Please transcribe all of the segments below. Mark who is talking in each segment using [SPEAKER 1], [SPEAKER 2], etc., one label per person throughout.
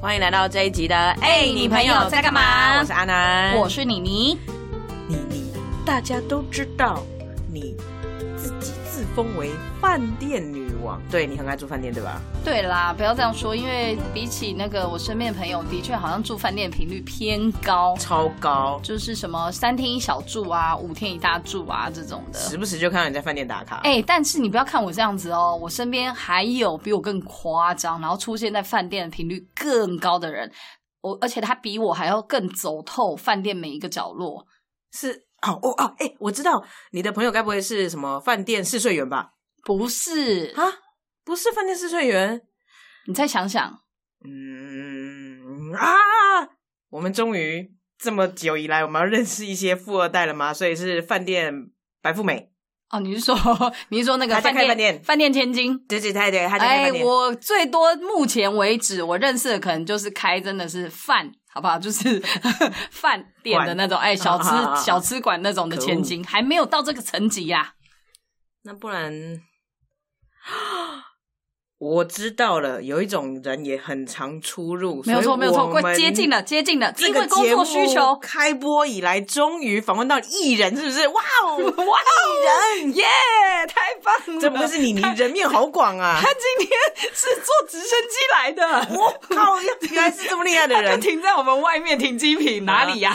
[SPEAKER 1] 欢迎来到这一集的《哎、
[SPEAKER 2] 你朋友在干嘛
[SPEAKER 1] 我是阿南，
[SPEAKER 2] 我是妮妮，
[SPEAKER 1] 你你，大家都知道你自己自封为饭店女王，对你很爱住饭店对吧？
[SPEAKER 2] 对啦，不要这样说，因为比起那个我身边的朋友，的确好像住饭店频率偏高，
[SPEAKER 1] 超高，
[SPEAKER 2] 就是什么三天一小住啊，五天一大住啊这种的。
[SPEAKER 1] 时不时就看到你在饭店打卡。
[SPEAKER 2] 哎、但是你不要看我这样子哦，我身边还有比我更夸张，然后出现在饭店的频率更高的人，我而且他比我还要更走透饭店每一个角落。
[SPEAKER 1] 是哦哦哦，哎、我知道你的朋友该不会是什么饭店试睡员吧？
[SPEAKER 2] 不是，
[SPEAKER 1] 啊，不是饭店试睡员，
[SPEAKER 2] 你再想想，
[SPEAKER 1] 嗯啊，我们终于这么久以来，我们要认识一些富二代了吗？所以是饭店白富美，
[SPEAKER 2] 哦，你是说你是说那个
[SPEAKER 1] 他在
[SPEAKER 2] 饭
[SPEAKER 1] 开
[SPEAKER 2] 店
[SPEAKER 1] 饭店
[SPEAKER 2] 饭店天津？
[SPEAKER 1] 对对对对，他就是
[SPEAKER 2] 哎
[SPEAKER 1] 饭，店
[SPEAKER 2] 我最多目前为止我认识的可能就是开真的是饭，好不好？就是 饭店的那种，哎，小吃
[SPEAKER 1] 啊啊啊
[SPEAKER 2] 小吃馆那种的千金，还没有到这个层级啊呀、
[SPEAKER 1] 那不然，我知道了，有一种人也很常出入，
[SPEAKER 2] 没有错，没有错，快接近
[SPEAKER 1] 了。
[SPEAKER 2] 了，接近了，
[SPEAKER 1] 这
[SPEAKER 2] 因
[SPEAKER 1] 个
[SPEAKER 2] 为工作需
[SPEAKER 1] 节目
[SPEAKER 2] 求，
[SPEAKER 1] 开播以来，终于访问到艺人，是不是？哇哦，
[SPEAKER 2] 哇，
[SPEAKER 1] 艺
[SPEAKER 2] 哦
[SPEAKER 1] 人，
[SPEAKER 2] 耶，太棒了！
[SPEAKER 1] 这不会是你，你人面好广啊
[SPEAKER 2] 他！今天是坐直升机来的。
[SPEAKER 1] 我靠，原来是这么厉害的
[SPEAKER 2] 他
[SPEAKER 1] 人！啊
[SPEAKER 2] 停在我们外面停机坪哪 里呀、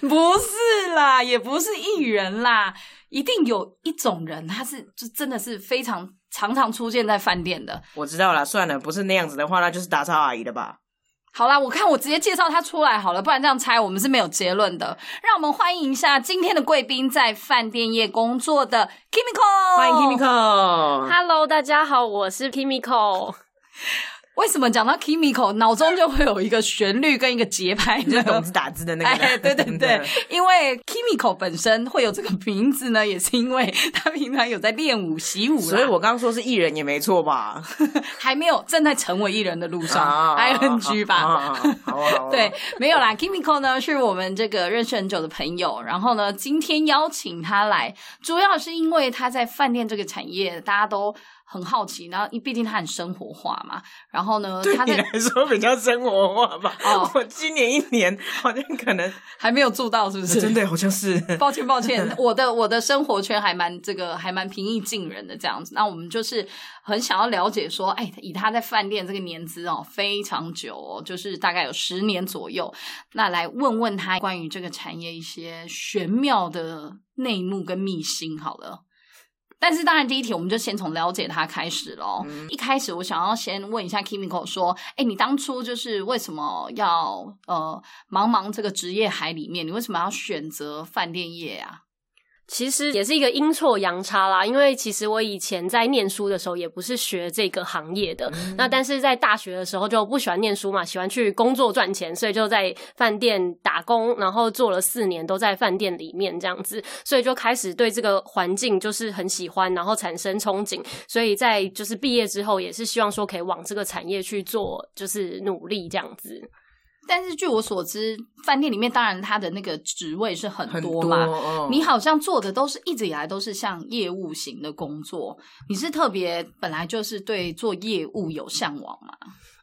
[SPEAKER 2] 不是啦，也不是艺人啦，一定有一种人，他是就真的是非常常常出现在饭店的。
[SPEAKER 1] 我知道了，算了，不是那样子的话，那就是打扫阿姨的吧？
[SPEAKER 2] 好啦，我看我直接介绍他出来好了，不然这样猜我们是没有结论的。让我们欢迎一下今天的贵宾，在饭店业工作的 Kimiko，
[SPEAKER 1] 欢迎 Kimiko。
[SPEAKER 3] Hello，大家好，我是 Kimiko。
[SPEAKER 2] 为什么讲到 Kimiko，脑中就会有一个旋律跟一个节 拍
[SPEAKER 1] 你就
[SPEAKER 2] 呢
[SPEAKER 1] 是？懂字打字的那个人、
[SPEAKER 2] 哎，对对对，因为 Kimiko 本身会有这个名字呢，也是因为他平常有在练舞、习舞啦，
[SPEAKER 1] 所以我刚刚说是艺人也没错吧？
[SPEAKER 2] 还没有正在成为艺人的路上，ING
[SPEAKER 1] 啊
[SPEAKER 2] 吧。
[SPEAKER 1] 啊啊啊好啊，好啊
[SPEAKER 2] 对，没有啦，Kimiko 呢是我们这个认识很久的朋友，然后呢，今天邀请他来，主要是因为他在饭店这个产业，大家都很好奇，然后毕竟他很生活化嘛，然后呢，
[SPEAKER 1] 对
[SPEAKER 2] 他
[SPEAKER 1] 你
[SPEAKER 2] 在
[SPEAKER 1] 来说比较生活化吧。
[SPEAKER 2] 哦
[SPEAKER 1] 我今年一年好像可能
[SPEAKER 2] 还没有做到，是不是？
[SPEAKER 1] 真的好像是
[SPEAKER 2] 抱歉，抱歉，我的我的生活圈还蛮这个还蛮平易近人的这样子。那我们就是很想要了解说，哎，以他在饭店这个年资哦，非常久哦，就是大概有十年左右。那来问问他关于这个产业一些玄妙的内幕跟秘辛好了。但是当然，第一题我们就先从了解他开始喽。一开始我想要先问一下 Kimiko 说，哎、你当初就是为什么要呃茫茫这个职业海里面，你为什么要选择饭店业啊？
[SPEAKER 3] 其实也是一个阴错阳差啦，因为其实我以前在念书的时候也不是学这个行业的，那但是在大学的时候就不喜欢念书嘛，喜欢去工作赚钱，所以就在饭店打工，然后做了四年都在饭店里面这样子，所以就开始对这个环境就是很喜欢，然后产生憧憬，所以在就是毕业之后也是希望说可以往这个产业去做，就是努力这样子。
[SPEAKER 2] 但是据我所知，饭店里面当然它的那个职位是很
[SPEAKER 1] 很
[SPEAKER 2] 多
[SPEAKER 1] 多
[SPEAKER 2] 嘛。
[SPEAKER 1] 哦
[SPEAKER 2] 你好像做的都是一直以来都是像业务型的工作，你是特别本来就是对做业务有向往嘛？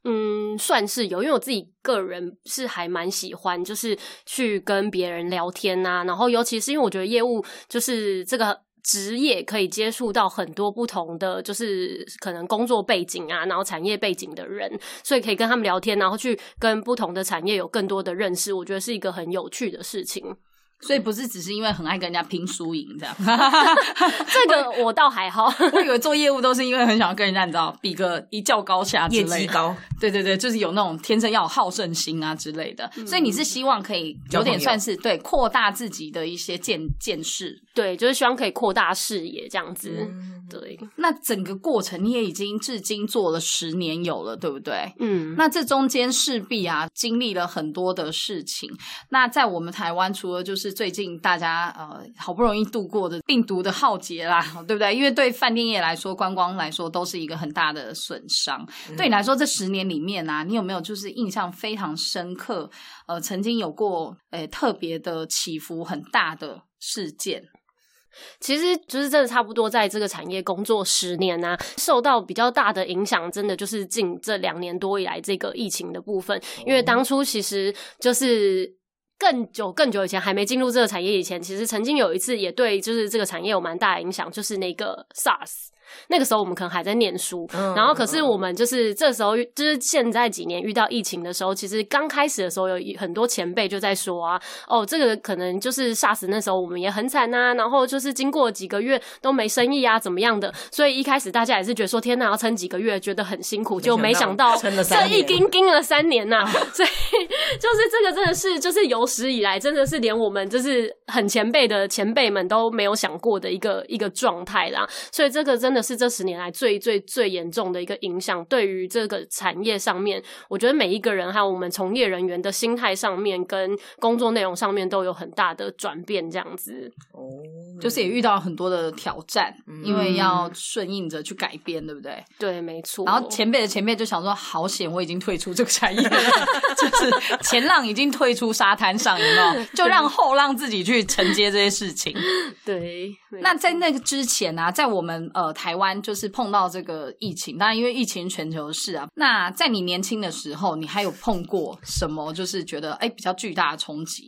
[SPEAKER 3] 嗯，算是有，因为我自己个人是还蛮喜欢，就是去跟别人聊天呐、然后尤其是因为我觉得业务就是这个。职业可以接触到很多不同的，就是可能工作背景啊，然后产业背景的人，所以可以跟他们聊天，然后去跟不同的产业有更多的认识，我觉得是一个很有趣的事情。
[SPEAKER 2] 所以不是只是因为很爱跟人家拼输赢这样，
[SPEAKER 3] 这个我倒还好，
[SPEAKER 2] 我以为做业务都是因为很想要跟人家你知道比个一较高下之
[SPEAKER 1] 业
[SPEAKER 2] 类
[SPEAKER 1] 绩
[SPEAKER 2] 的，
[SPEAKER 1] 高，
[SPEAKER 2] 对对对，就是有那种天生要有好胜心啊之类的，
[SPEAKER 1] 嗯
[SPEAKER 2] 所以你是希望可以有点算是对扩大自己的一些见见识。
[SPEAKER 3] 对，就是希望可以扩大视野这样子。
[SPEAKER 1] 嗯
[SPEAKER 3] 对，
[SPEAKER 2] 那整个过程你也已经至今做了十年有了，对不对？
[SPEAKER 3] 嗯，
[SPEAKER 2] 那这中间势必啊经历了很多的事情。那在我们台湾，除了就是最近大家呃好不容易度过的病毒的浩劫啦，对不对？因为对饭店业来说、观光来说都是一个很大的损伤。
[SPEAKER 1] 嗯
[SPEAKER 2] 对你来说，这十年里面啊，你有没有就是印象非常深刻？呃，曾经有过呃特别的起伏很大的事件？
[SPEAKER 3] 其实就是真的差不多在这个产业工作十年啊，受到比较大的影响，真的就是近这两年多以来这个疫情的部分，因为当初其实就是。更久更久以前还没进入这个产业以前，其实曾经有一次也对就是这个产业有蛮大的影响，就是那个 SARS。那个时候我们可能还在念书，
[SPEAKER 1] 嗯
[SPEAKER 3] 然后可是我们就是这时候遇就是现在几年遇到疫情的时候，其实刚开始的时候有一很多前辈就在说啊，哦，这个可能就是 SARS 那时候我们也很惨呐、然后就是经过几个月都没生意啊，怎么样的，所以一开始大家也是觉得说天呐，要撑几个月，觉得很辛苦，就没想到
[SPEAKER 1] 撑了
[SPEAKER 3] 这
[SPEAKER 1] 三
[SPEAKER 3] 一
[SPEAKER 1] 年
[SPEAKER 3] 盯盯了三年 呐、所以就是这个真的是就是有史以来真的是连我们就是很前辈的前辈们都没有想过的一个一个状态啦，所以这个真的是这十年来最最最严重的一个影响，对于这个产业上面，我觉得每一个人还有我们从业人员的心态上面跟工作内容上面都有很大的转变，这样子。
[SPEAKER 1] 哦，
[SPEAKER 2] 就是也遇到很多的挑战，
[SPEAKER 1] 嗯
[SPEAKER 2] 因为要顺应着去改变，对不对？
[SPEAKER 3] 对，没错。
[SPEAKER 2] 然后前辈的前辈就想说，好险，我已经退出这个产业了，就是前浪已经退出沙滩上，有没 有？就让后浪自己去承接这些事情。
[SPEAKER 3] 对，没
[SPEAKER 2] 那在那个之前啊，在我们呃台湾就是碰到这个疫情，当然因为疫情全球事啊。那在你年轻的时候，你还有碰过什么？就是觉得哎、比较巨大的冲击？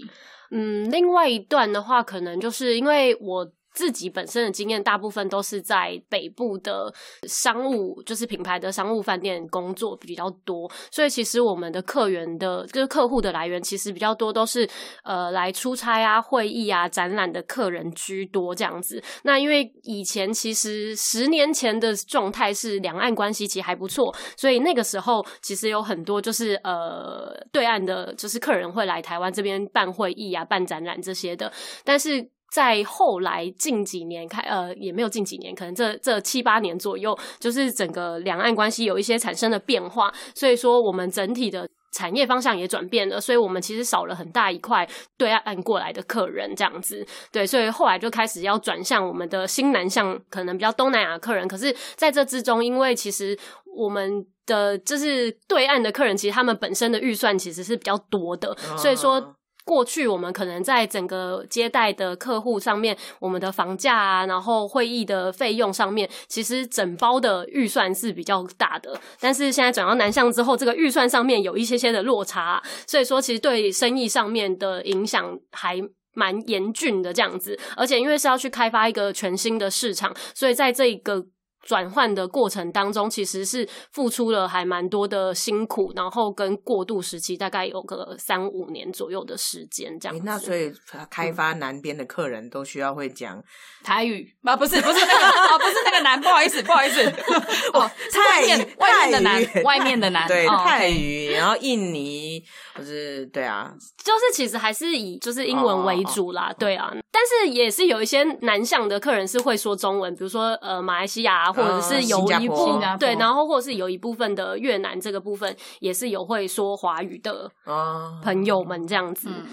[SPEAKER 3] 嗯，另外一段的话，可能就是因为我。自己本身的经验，大部分都是在北部的商务，就是品牌的商务饭店工作比较多，所以其实我们的客源的，就是客户的来源，其实比较多都是呃来出差啊、会议啊、展览的客人居多这样子。那因为以前其实十年前的状态是两岸关系其实还不错，所以那个时候其实有很多就是呃对岸的，就是客人会来台湾这边办会议啊、办展览这些的，但是。在后来近几年开，呃，也没有近几年，可能这这七八年左右，就是整个两岸关系有一些产生了变化，所以说我们整体的产业方向也转变了，所以我们其实少了很大一块对岸过来的客人这样子。对，所以后来就开始要转向我们的新南向，可能比较东南亚的客人。可是在这之中，因为其实我们的就是对岸的客人，其实他们本身的预算其实是比较多的，所以
[SPEAKER 1] 啊
[SPEAKER 3] 说。过去我们可能在整个接待的客户上面，我们的房价啊，然后会议的费用上面，其实整包的预算是比较大的。但是现在转到南向之后，这个预算上面有一些些的落差啊、所以说其实对生意上面的影响还。蛮严峻的这样子，而且因为是要去开发一个全新的市场，所以在这一个转换的过程当中，其实是付出了还蛮多的辛苦，然后跟过渡时期大概有个三五年左右的时间这样
[SPEAKER 1] 诶
[SPEAKER 3] 子。
[SPEAKER 1] 那所以开发南边的客人都需要会讲
[SPEAKER 2] 台语啊，不是不是那个 啊，不是那个男，不好意思，不好意思，哦，是 外
[SPEAKER 1] 泰
[SPEAKER 2] 面外面的
[SPEAKER 1] 泰语
[SPEAKER 2] 男，外面的男，
[SPEAKER 1] 对
[SPEAKER 2] 哦
[SPEAKER 1] 泰
[SPEAKER 2] OK
[SPEAKER 1] 语，然后印尼，就是对啊，
[SPEAKER 3] 就是其实还是以就是英文为主啦，对啊。但是也是有一些南向的客人是会说中文，比如说呃马来西亚啊，或者是有
[SPEAKER 1] 新加
[SPEAKER 3] 一
[SPEAKER 1] 坡
[SPEAKER 3] 部
[SPEAKER 1] 新
[SPEAKER 2] 加坡
[SPEAKER 3] 对，然后或者是有一部分的越南这个部分也是有会说华语的
[SPEAKER 1] 哦，
[SPEAKER 3] 朋友们这样子。
[SPEAKER 2] 嗯，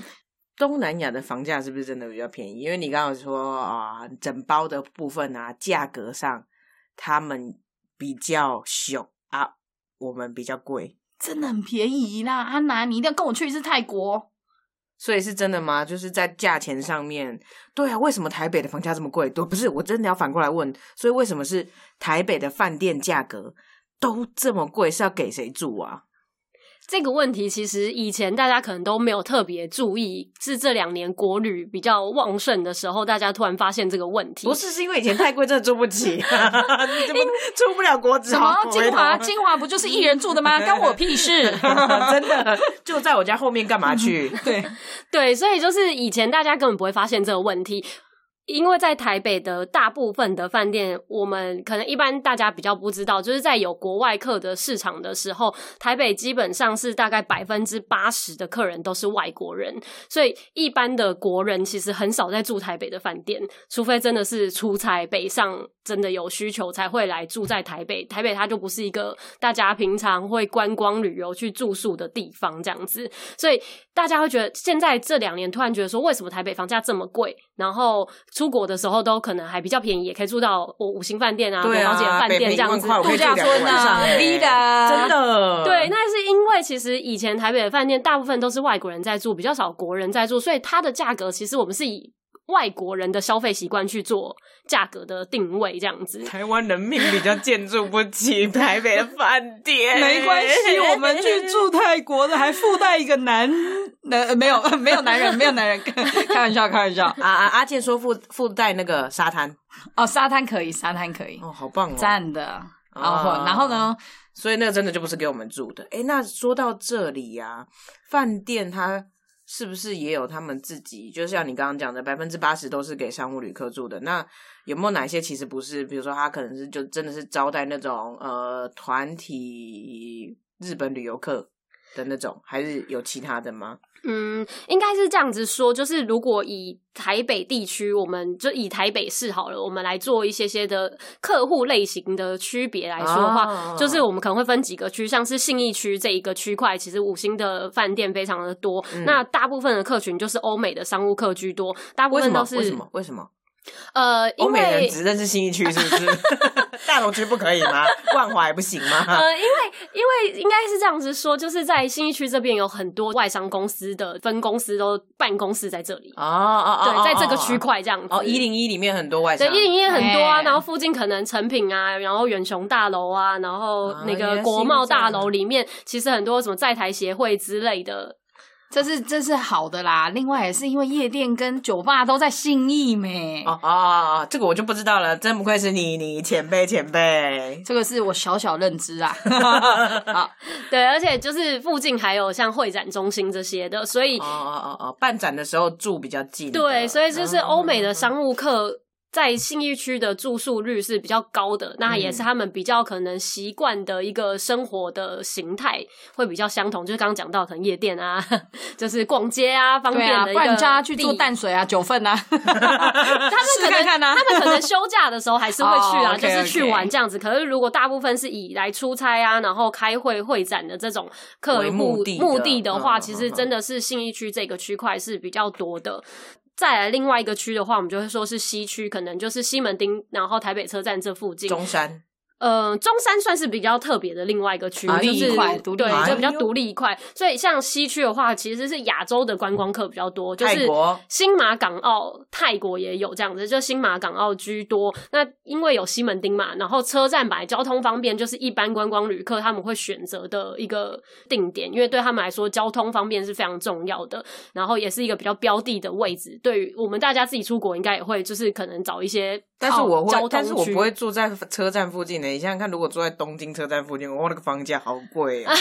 [SPEAKER 1] 东南亚的房价是不是真的比较便宜？因为你刚刚有说啊，整包的部分啊，价格上他们比较凶啊，我们比较贵，
[SPEAKER 2] 真的很便宜啦，安娜，你一定要跟我去一次泰国。
[SPEAKER 1] 所以是真的吗？就是在价钱上面，对啊，为什么台北的房价这么贵？都不是，我真的要反过来问，所以为什么是台北的饭店价格都这么贵？是要给谁住啊？
[SPEAKER 3] 这个问题其实以前大家可能都没有特别注意，是这两年国旅比较旺盛的时候，大家突然发现这个问 题。
[SPEAKER 1] 不是，啊是因为以前太贵，真的住不起， 你怎么出不了 国之
[SPEAKER 2] 什
[SPEAKER 1] 后回
[SPEAKER 2] 么精
[SPEAKER 1] 头
[SPEAKER 2] 华？精华不就是一人住 的吗？关我屁事。
[SPEAKER 1] 真的啊就在我家后面，干嘛去？
[SPEAKER 2] 对，
[SPEAKER 3] 对，所以就是以前大家根本不会发现这个问题。因为在台北的大部分的饭店，我们可能一般大家比较不知道，就是在有国外客的市场的时候，台北基本上是大概百分之八十的客人都是外国人，所以一般的国人其实很少在住台北的饭店，除非真的是出差北上，真的有需求才会来住在台北。台北它就不是一个大家平常会观光旅游去住宿的地方这样子，所以大家会觉得现在这两年突然觉得说，为什么台北房价这么贵？然后出国的时候都可能还比较便宜，也可以住到我五星饭店啊、
[SPEAKER 1] 对啊
[SPEAKER 3] 罗小姐饭店
[SPEAKER 1] 北平一
[SPEAKER 3] 这样
[SPEAKER 1] 万
[SPEAKER 3] 子，
[SPEAKER 1] 块我可
[SPEAKER 3] 度
[SPEAKER 1] 以住
[SPEAKER 3] 假
[SPEAKER 1] 两个
[SPEAKER 3] 村
[SPEAKER 1] 晚上
[SPEAKER 3] 啊。
[SPEAKER 2] 哎
[SPEAKER 1] 欸
[SPEAKER 2] Vida
[SPEAKER 1] 真的，
[SPEAKER 3] 对，那是因为其实以前台北的饭店大部分都是外国人在住，比较少国人在住，所以它的价格其实我们是以外国人的消费习惯去做价格的定位，这样子。
[SPEAKER 1] 台湾人命比较建筑不起台北的饭店，
[SPEAKER 4] 没关系，我们去住泰国的，还附带一个男 男，呃没有没有男人，没有男人， 开玩笑，开玩笑。
[SPEAKER 1] 啊啊！阿健说附附带那个沙滩
[SPEAKER 2] 哦，沙滩可以，沙滩可以，
[SPEAKER 1] 哦，好棒哦！
[SPEAKER 2] 赞的。然后，然后呢？
[SPEAKER 1] 所以那个真的就不是给我们住的。诶，那说到这里呀、饭店它是不是也有他们自己？就像你刚刚讲的，百分之八十都是给商务旅客住的。那有没有哪些其实不是？比如说，他可能是就真的是招待那种呃团体日本旅游客的那种，还是有其他的吗？
[SPEAKER 3] 嗯，应该是这样子说，就是如果以台北地区，我们就以台北市好了，我们来做一些些的客户类型的区别来说的话，
[SPEAKER 1] 哦
[SPEAKER 3] 就是我们可能会分几个区，像是信义区这一个区块，其实五星的饭店非常的多，
[SPEAKER 1] 嗯
[SPEAKER 3] 那大部分的客群就是欧美的商务客居多，大部
[SPEAKER 1] 为什
[SPEAKER 3] 分
[SPEAKER 1] 么
[SPEAKER 3] 都？是
[SPEAKER 1] 为什么？为什么？
[SPEAKER 3] 呃，因
[SPEAKER 1] 欧美人
[SPEAKER 3] 为
[SPEAKER 1] 只认识新一区是不 是？大同区不可以吗？万华也不行吗？
[SPEAKER 3] 呃，因为因为应该是这样子说，就是在新义区这边有很多外商公司的分公司都办公室在这里，
[SPEAKER 1] 哦哦哦，
[SPEAKER 3] 对，在这个区
[SPEAKER 1] 块。
[SPEAKER 3] 块这样子。
[SPEAKER 1] 哦，一零一里面很多外商，
[SPEAKER 3] 对，一零一很多啊，
[SPEAKER 2] 哎
[SPEAKER 3] 然后附近可能成品啊，然后远雄大楼啊，然后
[SPEAKER 1] 啊
[SPEAKER 3] 那
[SPEAKER 1] 原来
[SPEAKER 3] 个
[SPEAKER 1] 是
[SPEAKER 3] 国
[SPEAKER 1] 因为
[SPEAKER 3] 贸
[SPEAKER 1] 这样
[SPEAKER 3] 大楼里面，其实很多什么在台协会之类的。
[SPEAKER 2] 这是这是好的啦。另外也是因为夜店跟酒吧都在信义没。
[SPEAKER 1] 哦哦哦，哦这个我就不知道了，真不愧是你，你前辈前辈。
[SPEAKER 2] 这个是我小小认知啊，
[SPEAKER 3] 对，而且就是附近还有像会展中心这些的，所以、
[SPEAKER 1] 哦哦哦哦，办展的时候住比较近的，
[SPEAKER 3] 对，所以就是
[SPEAKER 1] 嗯
[SPEAKER 3] 欧美的商务客。在信义区的住宿率是比较高的，那也是他们比较可能习惯的一个生活的形态会比较相同，就是刚刚讲到可能夜店啊， 就是逛街啊方
[SPEAKER 2] 对
[SPEAKER 3] 便
[SPEAKER 2] 啊，
[SPEAKER 3] 的一
[SPEAKER 2] 不
[SPEAKER 3] 个地、
[SPEAKER 2] 然叫他去做淡水啊、九份啊，
[SPEAKER 3] 他们可
[SPEAKER 2] 试
[SPEAKER 3] 能
[SPEAKER 2] 看看啊
[SPEAKER 3] 哦他们可能休假的时候还是会去
[SPEAKER 2] 哦
[SPEAKER 3] 啊，就
[SPEAKER 2] ，OK，OK
[SPEAKER 3] 是去玩这样子。可是如果大部分是以来出差啊，然后开会会展的这种客
[SPEAKER 1] 为
[SPEAKER 3] 户
[SPEAKER 1] 目的的
[SPEAKER 3] 的
[SPEAKER 1] 嗯
[SPEAKER 3] 话，
[SPEAKER 1] 嗯
[SPEAKER 3] 其实真的是信义区这个区块是比较多的。再来另外一个区的话，我们就会说是西区，可能就是西门町，然后台北车站这附近。
[SPEAKER 1] 中山
[SPEAKER 3] 呃，中山算是比较特别的另外一个区，
[SPEAKER 1] 独
[SPEAKER 3] 就
[SPEAKER 1] 立
[SPEAKER 3] 是
[SPEAKER 1] 啊一
[SPEAKER 2] 块独立
[SPEAKER 3] 对
[SPEAKER 2] 一块，
[SPEAKER 3] 就比较独立一块。所以像西区的话，其实是亚洲的观光客比较多，就是
[SPEAKER 1] 泰国
[SPEAKER 3] 新马港澳、泰国也有这样子，就新马港澳居多。那因为有西门町嘛，然后车站本来交通方便，就是一般观光旅客他们会选择的一个定点，因为对他们来说交通方便是非常重要的，然后也是一个比较标的的位置。对于我们大家自己出国，应该也会就是可能找一些
[SPEAKER 1] 但是我
[SPEAKER 3] 交
[SPEAKER 1] 会，但是我
[SPEAKER 3] 通区
[SPEAKER 1] 不会住在车站附近的。你想想看，如果住在东京车站附近，我那个房价好贵啊，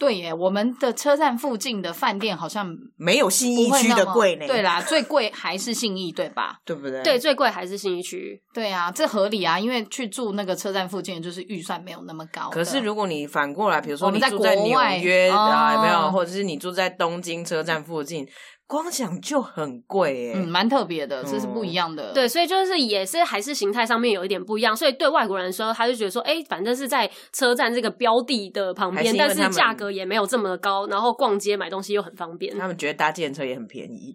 [SPEAKER 2] 对耶，我们的车站附近的饭店好像
[SPEAKER 1] 没有信
[SPEAKER 2] 不
[SPEAKER 1] 义
[SPEAKER 2] 会
[SPEAKER 1] 区
[SPEAKER 2] 那
[SPEAKER 1] 的
[SPEAKER 2] 么
[SPEAKER 1] 贵呢，
[SPEAKER 2] 对啦，最贵还是信义，对吧？
[SPEAKER 1] 对不对？
[SPEAKER 3] 对，最贵还是新一区。
[SPEAKER 2] 对啊，这合理啊，因为去住那个车站附近，就是预算没有那么高的。
[SPEAKER 1] 可是如果你反过来，比如
[SPEAKER 2] 我
[SPEAKER 1] 说
[SPEAKER 2] 们
[SPEAKER 1] 你
[SPEAKER 2] 在
[SPEAKER 1] 住在
[SPEAKER 2] 国
[SPEAKER 1] 纽
[SPEAKER 2] 外
[SPEAKER 1] 约啊，有没有？
[SPEAKER 2] 哦
[SPEAKER 1] 或者是你住在东京车站附近，光想就很贵
[SPEAKER 2] 嗯，
[SPEAKER 1] 哎。
[SPEAKER 2] 蛮特别的，这是不一样
[SPEAKER 1] 嗯
[SPEAKER 2] 的。
[SPEAKER 3] 对，所以就是也是还是形态上面有一点不一样，所以对外国人来说，他就觉得说，哎、反正是在车站这个标的的旁
[SPEAKER 1] 还是
[SPEAKER 3] 边，
[SPEAKER 1] 因为
[SPEAKER 3] 但
[SPEAKER 1] 他
[SPEAKER 3] 是
[SPEAKER 1] 们
[SPEAKER 3] 价格也没有这么高，然后逛街买东西又很方便，
[SPEAKER 1] 他们觉得搭计程车也很便宜，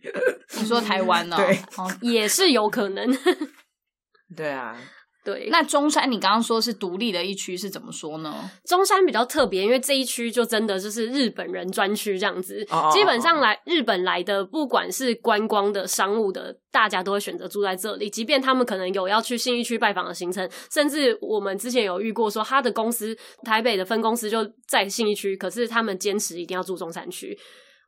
[SPEAKER 2] 你说台湾呢、
[SPEAKER 1] 对
[SPEAKER 2] 哦，
[SPEAKER 3] 也是有可能。
[SPEAKER 1] 对啊，
[SPEAKER 3] 对，
[SPEAKER 2] 那中山，你刚刚说是独立的一区，是怎么说呢？
[SPEAKER 3] 中山比较特别，因为这一区就真的就是日本人专区这样子。
[SPEAKER 1] 哦哦
[SPEAKER 3] 基本上来日本来的，不管是观光的、商务的，大家都会选择住在这里。即便他们可能有要去信义区拜访的行程，甚至我们之前有遇过说，他的公司台北的分公司就在信义区，可是他们坚持一定要住中山区。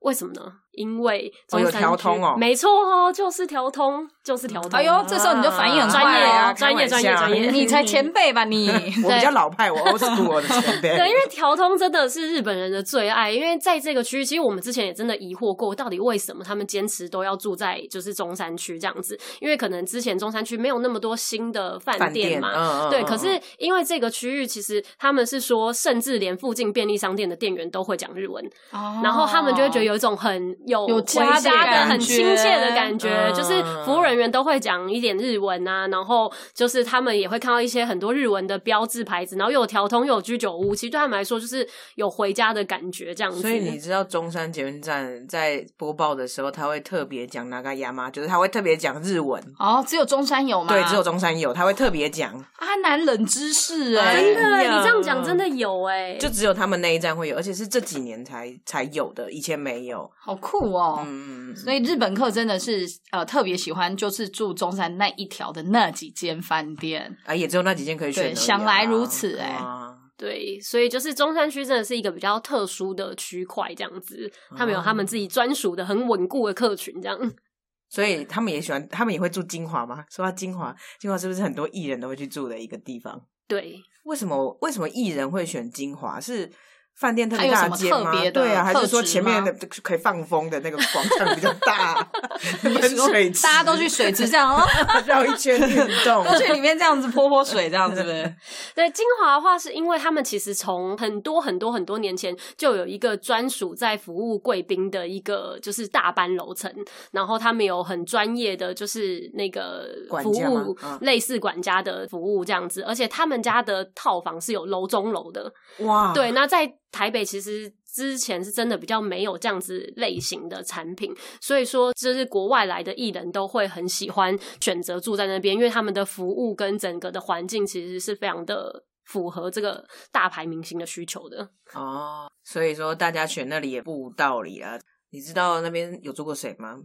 [SPEAKER 3] 为什么呢？因为中山区、
[SPEAKER 1] 哦有调通哦
[SPEAKER 3] 没错哦，就是调通，就是调通。
[SPEAKER 2] 哎呦， 这时候你就反应很
[SPEAKER 3] 专
[SPEAKER 2] 快
[SPEAKER 3] 业
[SPEAKER 2] 了
[SPEAKER 3] 哦
[SPEAKER 1] 啊
[SPEAKER 2] 哦，
[SPEAKER 3] 专业，
[SPEAKER 1] 开玩
[SPEAKER 3] 专业，
[SPEAKER 1] 笑
[SPEAKER 3] 专业。
[SPEAKER 2] 你才前辈吧你？
[SPEAKER 1] 我比较老派， 我 old school 我的前辈。
[SPEAKER 3] 对，因为调通真的是日本人的最爱，因为在这个区域，其实我们之前也真的疑惑过，到底为什么他们坚持都要住在就是中山区这样子？因为可能之前中山区没有那么多新的饭
[SPEAKER 1] 饭
[SPEAKER 3] 店
[SPEAKER 1] 店
[SPEAKER 3] 嘛。
[SPEAKER 1] 嗯嗯
[SPEAKER 3] 对，
[SPEAKER 1] 嗯
[SPEAKER 3] 可是因为这个区域，其实他们是说，甚至连附近便利商店的店员都会讲日文，
[SPEAKER 2] 哦
[SPEAKER 3] 然后他们就会觉得有一种很有
[SPEAKER 2] 有
[SPEAKER 3] 回
[SPEAKER 2] 家的
[SPEAKER 3] 家
[SPEAKER 1] 感
[SPEAKER 3] 很
[SPEAKER 2] 觉
[SPEAKER 3] 亲切的感觉，
[SPEAKER 1] 嗯
[SPEAKER 3] 就是服务人员都会讲一点日文啊，然后就是他们也会看到一些很多日文的标志牌子，然后又有调通又有居酒屋，其实对他们来说就是有回家的感觉这样子。
[SPEAKER 1] 所以你知道中山捷运站在播报的时候，他会特别讲那个亚吗？就是他会特别讲日文，
[SPEAKER 2] 哦，只有中山有吗？
[SPEAKER 1] 对，只有中山有，他会特别讲，
[SPEAKER 2] 阿南冷知识哎、
[SPEAKER 1] 真
[SPEAKER 3] 真的，
[SPEAKER 1] 哎呀
[SPEAKER 3] 你这样讲真的有哎、
[SPEAKER 1] 就只有他们那一站会有，而且是这几年才才有的，以前没有。
[SPEAKER 2] 好酷酷哦。
[SPEAKER 1] 嗯，
[SPEAKER 2] 所以日本客真的是呃特别喜欢，就是住中山那一条的那几间 饭店。
[SPEAKER 1] 啊，也只有那几件可以选而已啊、啊
[SPEAKER 2] 对想来如此哎
[SPEAKER 1] 哇
[SPEAKER 3] 对，所以就是中山区真的是一个比较特殊的区块，这样子，他们有他们自己专属的很稳固的客群，这样。
[SPEAKER 1] 所以他们也喜欢，他们也会住金华吗？说到金华，金华是不是很多艺人都会去住的一个地方？
[SPEAKER 3] 对，
[SPEAKER 1] 为什么为什么艺人会选金华？是饭店特
[SPEAKER 2] 它
[SPEAKER 1] 别
[SPEAKER 2] 有
[SPEAKER 1] 大
[SPEAKER 2] 什么
[SPEAKER 1] 间
[SPEAKER 2] 特
[SPEAKER 1] 吗？
[SPEAKER 2] 别的
[SPEAKER 1] 对啊，还
[SPEAKER 2] 特
[SPEAKER 1] 是说
[SPEAKER 2] 质
[SPEAKER 1] 前面
[SPEAKER 2] 吗
[SPEAKER 1] 的可以放风的那个广场比较大？ 喷水池
[SPEAKER 2] 大家都去水池这样 哦，
[SPEAKER 1] 绕一圈运 动，
[SPEAKER 4] 都去里面这样子泼泼水，这样子呗。
[SPEAKER 3] 对，金华的话是因为他们其实从很多很多很多年前就有一个专属在服务贵宾的一个就是大班楼层，然后他们有很专业的就是那个
[SPEAKER 1] 管
[SPEAKER 3] 服
[SPEAKER 1] 家吗
[SPEAKER 3] 务
[SPEAKER 1] 啊
[SPEAKER 3] 类似管家的服务这样子，而且他们家的套房是有楼中楼的，
[SPEAKER 1] 哇，
[SPEAKER 3] 对，那在台北其实之前是真的比较没有这样子类型的产品，所以说就是国外来的艺人都会很喜欢选择住在那边，因为他们的服务跟整个的环境其实是非常的。符合这个大牌明星的需求的，
[SPEAKER 1] 哦，所以说大家选那里也不无道理啊。你知道那边有住过谁吗？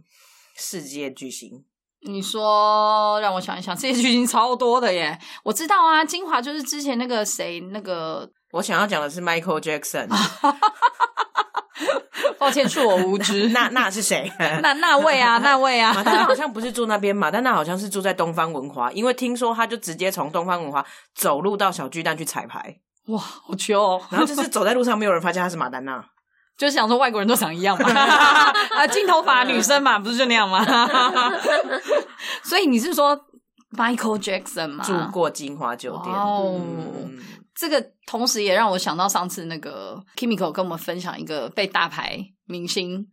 [SPEAKER 1] 世界巨星，
[SPEAKER 2] 你说让我想一想，这些剧情超多的耶！我知道啊，金华就是之前那个谁，那个
[SPEAKER 1] 我想要讲的是 Michael Jackson，，
[SPEAKER 2] 抱歉，恕我无知
[SPEAKER 1] 那那是谁？
[SPEAKER 2] 那那位啊，那位
[SPEAKER 1] 马
[SPEAKER 2] 啊，
[SPEAKER 1] 丹娜好像不是住那边，马丹娜好像是住在东方文华，因为听说他就直接从东方文华走路到小巨蛋去彩排，
[SPEAKER 2] 哇，好糗哦！
[SPEAKER 1] 然后就是走在路上没有人发现他是马丹娜。
[SPEAKER 2] 就是想说外国人都长一 样嘛，呃
[SPEAKER 4] 啊，金头发女生嘛，不是就那样 吗？
[SPEAKER 2] 所以你是说 Michael Jackson 吗？
[SPEAKER 1] 住过金华酒店。
[SPEAKER 2] 哇哦
[SPEAKER 1] 嗯
[SPEAKER 2] 这个同时也让我想到上次那个 Kimiko 跟我们分享一个被大牌明星，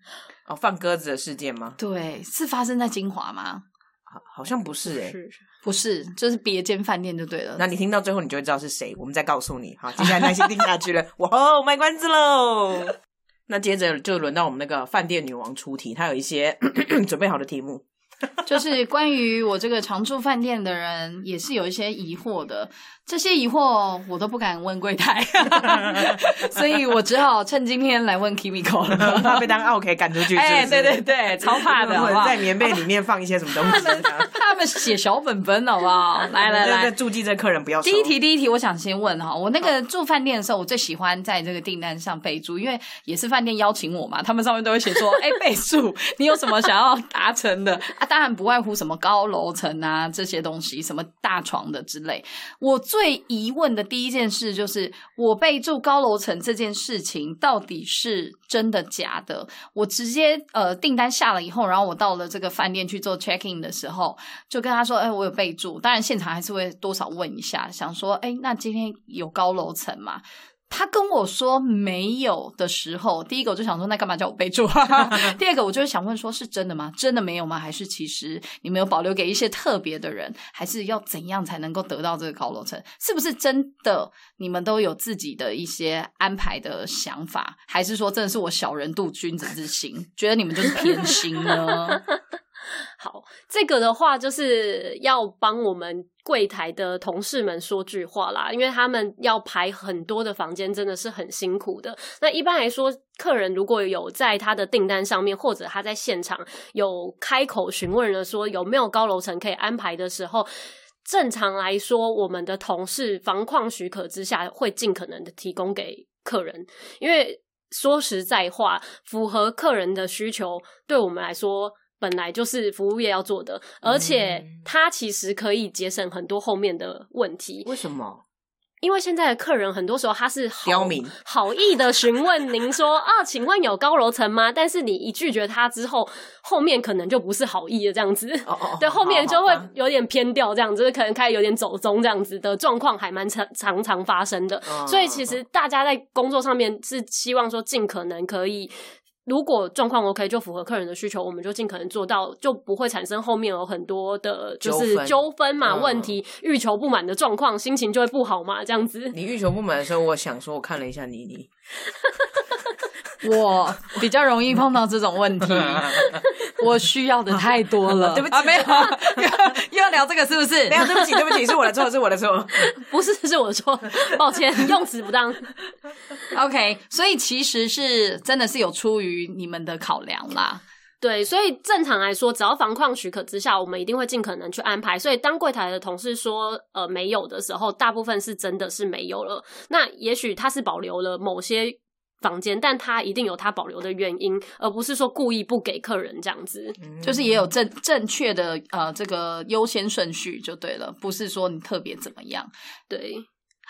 [SPEAKER 1] 哦，放鸽子的事件吗？
[SPEAKER 2] 对，是发生在金华吗？
[SPEAKER 1] 好好像不是欸诶、
[SPEAKER 2] 不是，就是别间饭店就对 了。
[SPEAKER 1] 那你听到最后，你就会知道是谁，我们再告诉你。好，接下来耐心听下去了， 哇哦，卖关子喽。那接着就轮到我们那个饭店女王出题，她有一些 准备好的题目。
[SPEAKER 2] 就是关于我这个常住饭店的人，也是有一些疑惑的。这些疑惑我都不敢问柜 台，所以我只好趁今天来问 Kimiko 了。？
[SPEAKER 1] 怕被当 OK 赶出去，
[SPEAKER 4] 哎、
[SPEAKER 1] 是不
[SPEAKER 4] 对
[SPEAKER 1] 是
[SPEAKER 4] 对对，超怕的，好
[SPEAKER 1] 不
[SPEAKER 4] 不
[SPEAKER 1] 能
[SPEAKER 4] 好
[SPEAKER 1] 在？棉被里面放一些什么东西、啊
[SPEAKER 2] 他们写小本本好不好？来来
[SPEAKER 1] 那
[SPEAKER 2] 来
[SPEAKER 1] 那，注记这客人不要收
[SPEAKER 2] 第一题，第一题，我想先问哈，我那个住饭店的时候，我最喜欢在这个订单上备注，因为也是饭店邀请我嘛，他们上面都会写说，哎、备注你有什么想要达成的 啊？当然不外乎什么高楼层啊这些东西，什么大床的之类。我最疑问的第一件事就是，我备注高楼层这件事情到底是真的假的？我直接呃订单下了以后，然后我到了这个饭店去做 check in 的时候，就跟他说：“哎、我有备注。”当然现场还是会多少问一下，想说：“哎、那今天有高楼层吗？”他跟我说没有的时候，第一个我就想说，那干嘛叫我备注？啊 第二个我就是想问说，是真的吗？真的没有吗？还是其实你们有保留给一些特别的人？还是要怎样才能够得到这个高楼层？是不是真的？你们都有自己的一些安排的想法？还是说真的是我小人度君子之心，觉得你们就是偏心呢？
[SPEAKER 3] 好，这个的话就是要帮我们柜台的同事们说句话啦，因为他们要排很多的房间，真的是很辛苦的。那一般来说，客人如果有在他的订单上面，或者他在现场有开口询问了说有没有高楼层可以安排的时候。正常来说，我们的同事房况许可之下，会尽可能的提供给客人，因为说实在话，符合客人的需求，对我们来说本来就是服务业要做的，而且它其实可以节省很多后面的问题。
[SPEAKER 1] 为什么？
[SPEAKER 3] 因为现在的客人很多时候他是好
[SPEAKER 1] 刁民
[SPEAKER 3] 好意的询问您说啊，请问有高楼层吗？但是你一拒绝他之后，后面可能就不是好意的这样子。
[SPEAKER 1] 哦哦，
[SPEAKER 3] 对，
[SPEAKER 1] 好
[SPEAKER 3] 后面
[SPEAKER 1] 好
[SPEAKER 3] 就会
[SPEAKER 1] 好
[SPEAKER 3] 有点偏掉，这样就是可能开始有点走中这样子的状况，还蛮常常常发生的。
[SPEAKER 1] 嗯
[SPEAKER 3] 所以其实大家在工作上面是希望说，尽可能可以，如果状况 OK，就符合客人的需求，我们就尽可能做到，就不会产生后面有很多的就
[SPEAKER 1] 纠
[SPEAKER 3] 是
[SPEAKER 1] 纷
[SPEAKER 3] 纠纷嘛、
[SPEAKER 1] 嗯
[SPEAKER 3] 问题、欲求不满的状况，心情就会不好嘛，这样子。
[SPEAKER 1] 你欲求不满的时候，我想说，我看了一下妮妮，
[SPEAKER 2] 我比较容易碰到这种 问题，我需要的太多了。
[SPEAKER 1] 对不起
[SPEAKER 2] 啊，没有，又要聊这个是不 是
[SPEAKER 1] 没？有，对不起，对不起，是我的错，是我的错。
[SPEAKER 3] 不是，是我说，抱歉，用词不当。
[SPEAKER 2] OK，所以其实是真的是有出于你们的考量啦。
[SPEAKER 3] 对，所以正常来说，只要房况许可之下，我们一定会尽可能去安排。所以当柜台的同事说呃没有的时候，大部分是真的是没有了。那也许他是保留了某些房间，但他一定有他保留的原因，而不是说故意不给客人这样子。
[SPEAKER 2] 就是也
[SPEAKER 1] 嗯
[SPEAKER 2] 有正正确的呃这个优先顺序就对了，不是说你特别怎么样。
[SPEAKER 3] 对，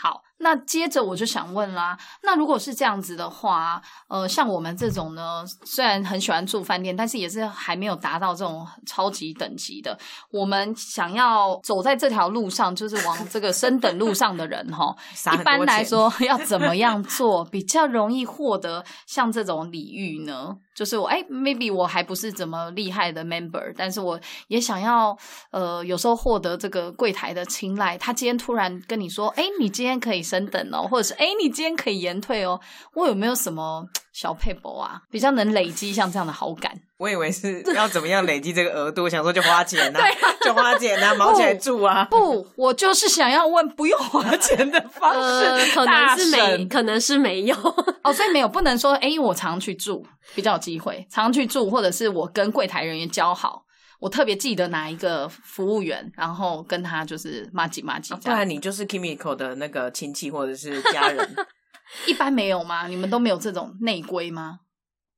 [SPEAKER 2] 好，那接着我就想问啦，那如果是这样子的话，呃，像我们这种呢，虽然很喜欢住饭店，但是也是还没有达到这种超级等级的。我们想要走在这条路上，就是往这个升等路上的人哈，
[SPEAKER 1] 撒
[SPEAKER 2] 一
[SPEAKER 1] 很
[SPEAKER 2] 般
[SPEAKER 1] 多
[SPEAKER 2] 来
[SPEAKER 1] 钱
[SPEAKER 2] 说 要怎么样做比较容易获得像这种礼遇呢？就是我哎、m a y b e 我还不是怎么厉害的 member，但是我也想要呃，有时候获得这个柜台的青睐。他今天突然跟你说，哎、你今天可以升等哦，或者是哎、你今天可以延退哦。我有没有什么小配博啊，比较能累积像这样的好 感？
[SPEAKER 1] 我以为是要怎么样累积这个额度，想说就花钱呐、 就花钱呐、毛起来住啊。
[SPEAKER 2] 啊哦不，我就是想要问不用花钱的方式，
[SPEAKER 3] 呃，可能
[SPEAKER 2] 大
[SPEAKER 3] 是没，
[SPEAKER 2] 神
[SPEAKER 3] 可能是没有。
[SPEAKER 2] 哦，所以没有不能说，哎、我常去住比较有机会，常去住，或者是我跟柜台人员交好，我特别记得哪一个服务员，然后跟他就是骂几骂几
[SPEAKER 3] 哦
[SPEAKER 1] 啊不
[SPEAKER 2] 这样。
[SPEAKER 1] 然你就是 Kimiko 的那个亲戚或者是家人，
[SPEAKER 2] 一般没有吗？你们都没有这种内规吗？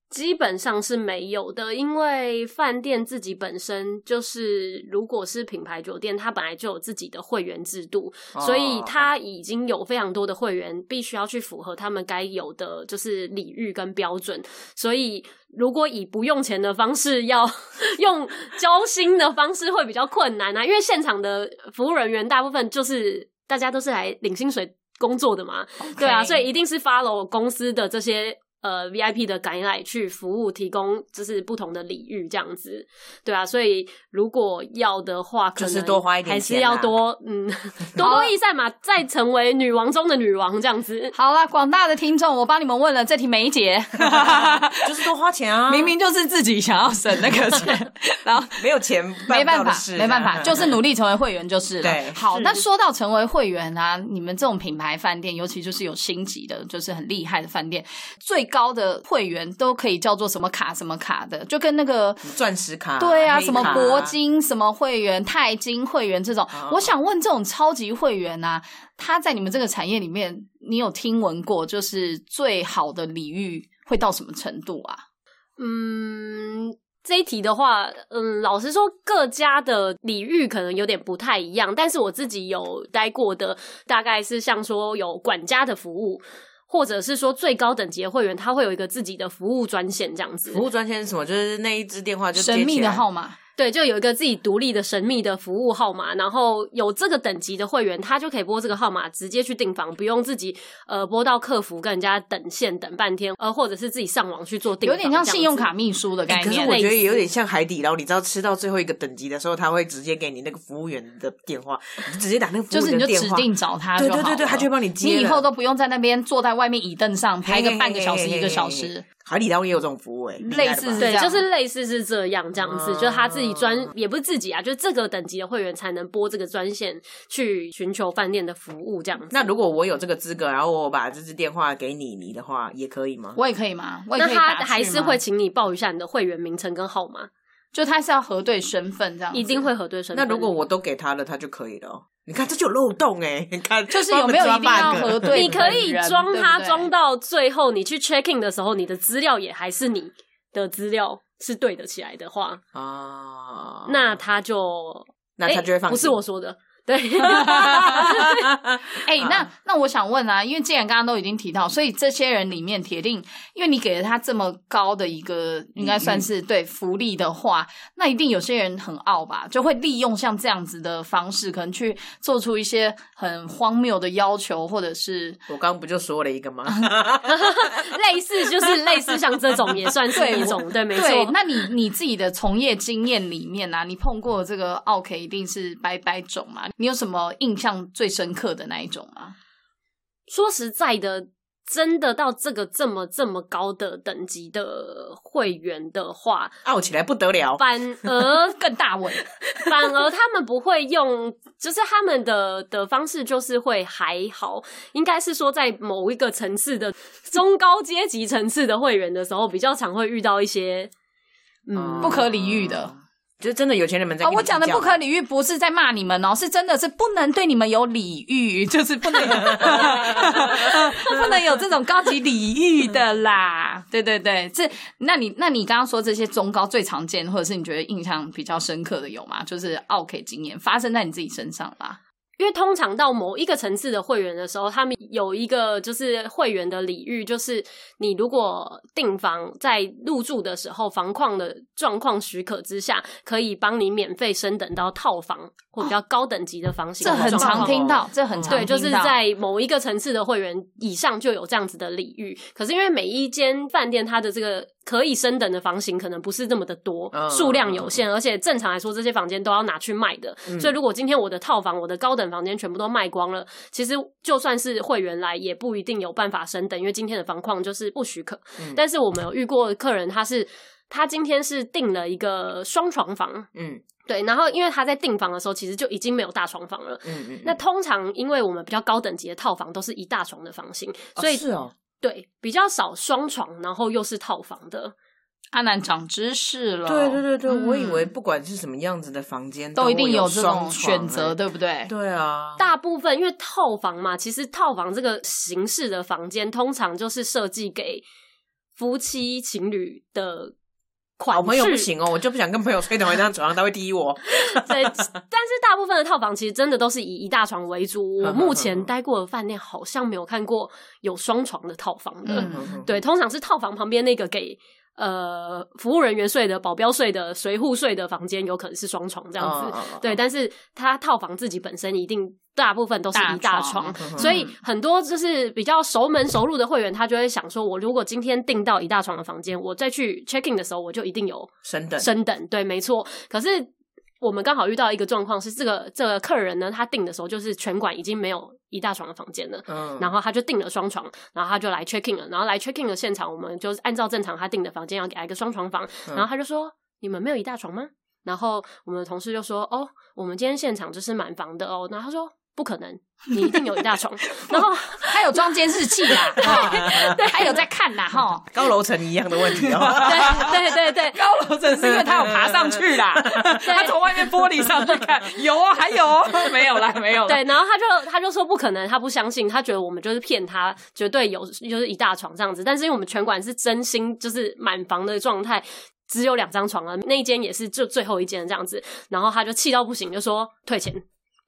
[SPEAKER 3] 基本上是没有的，因为饭店自己本身就是，如果是品牌酒店，它本来就有自己的会员制度，
[SPEAKER 1] 哦
[SPEAKER 3] 所以 它已经有非常多的会员，必须要去符合他们该有的就是礼遇跟标准。所以，如果以不用钱的方式，要用交心的方式会比较困难啊，因为现场的服务人员大部分就是大家都是来领薪水工作的嘛，对啊，所以一定是 follow 公司的这些呃 VIP 的 guideline 去服务，提供就是不同的礼遇这样子，对啊，所以如果要的话，可
[SPEAKER 1] 就是
[SPEAKER 3] 能
[SPEAKER 1] 多花一点
[SPEAKER 3] 还是
[SPEAKER 1] 钱
[SPEAKER 3] 要
[SPEAKER 1] 啦
[SPEAKER 3] 多 嗯多多益善嘛，再成为女王中的女王这样子。
[SPEAKER 2] 好啦，广大的听众，我帮你们问了这题没 解，
[SPEAKER 1] 就是多花钱啊，
[SPEAKER 4] 明明就是自己想要省那个 钱，然后
[SPEAKER 1] 没有钱
[SPEAKER 2] 没
[SPEAKER 1] 办
[SPEAKER 2] 办
[SPEAKER 1] 不到
[SPEAKER 2] 法
[SPEAKER 1] 的事，嗯
[SPEAKER 2] 没办法，就是努力成为会员就是了
[SPEAKER 1] 对。
[SPEAKER 2] 好，
[SPEAKER 3] 是
[SPEAKER 2] 那说到成为会员啊，你们这种品牌饭店，尤其就是有星级的，就是很厉害的饭店，最高的会员都可以叫做什么卡什么卡的，就跟那个。
[SPEAKER 1] 钻石卡，
[SPEAKER 2] 对啊，
[SPEAKER 1] 黑
[SPEAKER 2] 什么
[SPEAKER 1] 卡
[SPEAKER 2] 铂，金、什么会员、钛金会员这种，
[SPEAKER 1] 哦
[SPEAKER 2] 我想问这种超级会员啊，他在你们这个产业里面，你有听闻过就是最好的礼遇会到什么程度啊？
[SPEAKER 3] 嗯，这一题的话，嗯，老实说，各家的礼遇可能有点不太一样，但是我自己有待过的，大概是像说有管家的服务。或者是说最高等级的会员，他会有一个自己的服务专线这样子，
[SPEAKER 1] 服务专线是什么？就是那一支电话就接
[SPEAKER 2] 神秘
[SPEAKER 1] 起
[SPEAKER 2] 的
[SPEAKER 1] 来
[SPEAKER 2] 号码，
[SPEAKER 3] 对，就有一个自己独立的神秘的服务号码，然后有这个等级的会员，他就可以拨这个号码直接去订房，不用自己呃拨到客服跟人家等线等半天，呃，或者是自己上网去做订
[SPEAKER 2] 有
[SPEAKER 3] 房，
[SPEAKER 2] 点像
[SPEAKER 3] 这样
[SPEAKER 2] 信用
[SPEAKER 3] 子
[SPEAKER 2] 卡秘书的概
[SPEAKER 1] 哎可是
[SPEAKER 2] 念。
[SPEAKER 1] 我
[SPEAKER 3] 类
[SPEAKER 1] 觉得
[SPEAKER 3] 似
[SPEAKER 1] 有点像海底捞，你知道吃到最后一个等级的时候，他会直接给你那个服务员的电话，你就直接打那个服
[SPEAKER 2] 就
[SPEAKER 1] 务
[SPEAKER 2] 是
[SPEAKER 1] 员
[SPEAKER 2] 你
[SPEAKER 1] 的
[SPEAKER 2] 就
[SPEAKER 1] 电
[SPEAKER 2] 指
[SPEAKER 1] 话。
[SPEAKER 2] 定找他
[SPEAKER 1] 对
[SPEAKER 2] 好
[SPEAKER 1] 对对对，
[SPEAKER 2] 了
[SPEAKER 1] 他就会帮你接
[SPEAKER 2] 你
[SPEAKER 1] 了。
[SPEAKER 2] 以后都不用在那边坐在外面椅凳上排个半个小时、一个小
[SPEAKER 1] 嘿嘿嘿
[SPEAKER 2] 时
[SPEAKER 1] 嘿。海底捞也有这种服务哎，厉害
[SPEAKER 2] 类似
[SPEAKER 1] 了吧
[SPEAKER 2] 是这
[SPEAKER 3] 对，
[SPEAKER 2] 样
[SPEAKER 3] 就是类似是这样这样子，
[SPEAKER 1] 哦
[SPEAKER 3] 就是他自己专也不是自己啊，就是这个等级的会员才能拨这个专线去寻求饭店的服务这样子。
[SPEAKER 1] 那如果我有这个资格，然后我把这支电话给你，你的话也可以吗？
[SPEAKER 2] 我也可以吗？我也
[SPEAKER 3] 那
[SPEAKER 2] 可以打
[SPEAKER 3] 他
[SPEAKER 2] 去
[SPEAKER 3] 还是
[SPEAKER 2] 吗
[SPEAKER 3] 会，请你报一下你的会员名称跟号码，
[SPEAKER 2] 就他是要核对身份这样子，
[SPEAKER 3] 一定会核对身
[SPEAKER 1] 那
[SPEAKER 3] 份。
[SPEAKER 1] 如果我都给他了，他就可以了哦。你看这就有漏洞哎， 你看
[SPEAKER 2] 就是有没有一定要核对
[SPEAKER 3] 你
[SPEAKER 2] 人？
[SPEAKER 3] 可以装他
[SPEAKER 2] 对不对
[SPEAKER 3] 装到最后，你去 check in 的时候，你的资料也还是你的资料是对得起来的话，
[SPEAKER 2] 哦
[SPEAKER 1] 啊？
[SPEAKER 3] 那他就
[SPEAKER 1] 那他就会放
[SPEAKER 3] 诶不
[SPEAKER 1] 弃
[SPEAKER 3] 是我说的，对。
[SPEAKER 2] 哎、那那我想问啊，因为既然刚刚都已经提到，所以这些人里面铁定，因为你给了他这么高的一个，应该算
[SPEAKER 1] 嗯
[SPEAKER 2] 是对福利的话，那一定有些人很傲吧，就会利用像这样子的方式，可能去做出一些很荒谬的要求，或者是
[SPEAKER 1] 我刚不就说了一个吗？
[SPEAKER 3] 类似就是类似像这种也算是一种，对，没
[SPEAKER 2] 对
[SPEAKER 3] 错。。
[SPEAKER 2] 那你你自己的从业经验里面啊，你碰过这个奥 K 一定是百百种嘛？你有什么印象最深刻的那一种吗？
[SPEAKER 3] 说实在的，真的到这个这么这么高的等级的会员的话，
[SPEAKER 1] 傲啊起来不得了。
[SPEAKER 3] 反 而
[SPEAKER 2] 更大尾，
[SPEAKER 3] 反而他们不会用，就是他们的的方式就是会还好，应该是说在某一个层次的中高阶级层次的会员的时候，比较常会遇到一些，
[SPEAKER 1] 哦
[SPEAKER 3] 嗯，
[SPEAKER 2] 不可理喻的
[SPEAKER 1] 嗯，啊就真的有钱人们在
[SPEAKER 2] 啊、
[SPEAKER 1] 跟你
[SPEAKER 2] 我讲的
[SPEAKER 1] 比较
[SPEAKER 2] 不可理喻不是在骂你们哦，是真的是不能对你们有礼遇，就是不能 不能有这种高级礼遇的啦。对对对，这那你那你刚刚说这些中高最常见，或者是你觉得印象比较深刻的有吗？就是 OK 经验发生在你自己身上啦。
[SPEAKER 3] 因为通常到某一个层次的会员的时候，他们有一个就是会员的礼遇，就是你如果订房在入住的时候，房况的状况许可之下，可以帮你免费升等到套房或比较高等级的房型
[SPEAKER 2] 哦这
[SPEAKER 3] 的状
[SPEAKER 2] 很常
[SPEAKER 3] 况。
[SPEAKER 2] 听到，嗯这很常
[SPEAKER 3] 对，就是
[SPEAKER 2] 听到
[SPEAKER 3] 在某一个层次的会员以上就有这样子的礼遇。可是因为每一间饭店它的这个可以升等的房型可能不是这么的多
[SPEAKER 1] 嗯，嗯
[SPEAKER 3] 数量有限，而且正常来说这些房间都要拿去卖的。所以如果今天我的套房、我的高等房间全部都卖光了，其实就算是会员来也不一定有办法升等，因为今天的房况就是不许可。
[SPEAKER 1] 嗯
[SPEAKER 3] 但是我们有遇过客人，他是。他今天是订了一个双床房，
[SPEAKER 1] 嗯
[SPEAKER 3] 对，然后因为他在订房的时候，其实就已经没有大床房了，
[SPEAKER 1] 嗯嗯，
[SPEAKER 3] 那通常因为我们比较高等级的套房都是一大床的房型，所以、
[SPEAKER 1] 是哦，
[SPEAKER 3] 对比较少双床，然后又是套房的，
[SPEAKER 2] 阿南长知识了，
[SPEAKER 1] 对对对对，我以
[SPEAKER 2] 嗯
[SPEAKER 1] 为不管是什么样子的房间，
[SPEAKER 2] 都一定
[SPEAKER 1] 会有
[SPEAKER 2] 这
[SPEAKER 1] 双
[SPEAKER 2] 种
[SPEAKER 1] 床
[SPEAKER 2] 选择，。对不对
[SPEAKER 1] 哎？对啊，
[SPEAKER 3] 大部分因为套房嘛，其实套房这个形式的房间通常就是设计给夫妻情侣的款
[SPEAKER 1] 好
[SPEAKER 3] 式，
[SPEAKER 1] 朋友不行哦，我就不想跟朋友睡同一张床，他会踢我。
[SPEAKER 3] 对，但是大部分的套房其实真的都是以一大床为主。
[SPEAKER 1] 嗯
[SPEAKER 3] 我目前待过的饭店好像没有看过有双床的套房的。
[SPEAKER 2] 嗯
[SPEAKER 3] 对，通常是套房旁边那个给呃服务人员睡的、保镖睡的、随护睡的房间，有可能是双床这
[SPEAKER 1] 这
[SPEAKER 3] 样子。
[SPEAKER 1] 子
[SPEAKER 3] 对，但是他套房自己本身一定大部分都是
[SPEAKER 2] 大
[SPEAKER 3] 一大
[SPEAKER 2] 床
[SPEAKER 3] 床，
[SPEAKER 1] 嗯
[SPEAKER 3] 所以很多就是比较熟门熟路的会员，他就会想说，我如果今天订到一大床的房间，我再去 check in 的时候，我就一定有
[SPEAKER 1] 升等
[SPEAKER 3] 升等，对，没错。可是我们刚好遇到一个状况是，这个这个客人呢，他订的时候就是全馆已经没有一大床的房间了，
[SPEAKER 1] 嗯
[SPEAKER 3] 然后他就订了双床，然后他就来 check in 了，然后来 check in 的现场，我们就是按照正常他订的房间要给他一个双床房，
[SPEAKER 1] 嗯
[SPEAKER 3] 然后他就说：“你们没有一大床吗？”然后我们的同事就说：“哦，我们今天现场就是满房的哦。”然后他说：“不可能，你一定有一大床。”然后
[SPEAKER 2] 还有装监视器啦，对，还有在看啦，哈。
[SPEAKER 1] 高楼层一样的问题 哦。
[SPEAKER 3] 对对对对，
[SPEAKER 4] 高楼层是因为他有爬上去啦，他从外面玻璃上去看，有啊，还有哦，没有啦，没有啦。
[SPEAKER 3] 对，然后他就他就说不可能，他不相信，他觉得我们就是骗他，绝对有就是一大床这样子。但是因为我们全馆是真心就是满房的状态，只有两张床了，那一间也是就最后一间这样子。然后他就气到不行，就说退钱，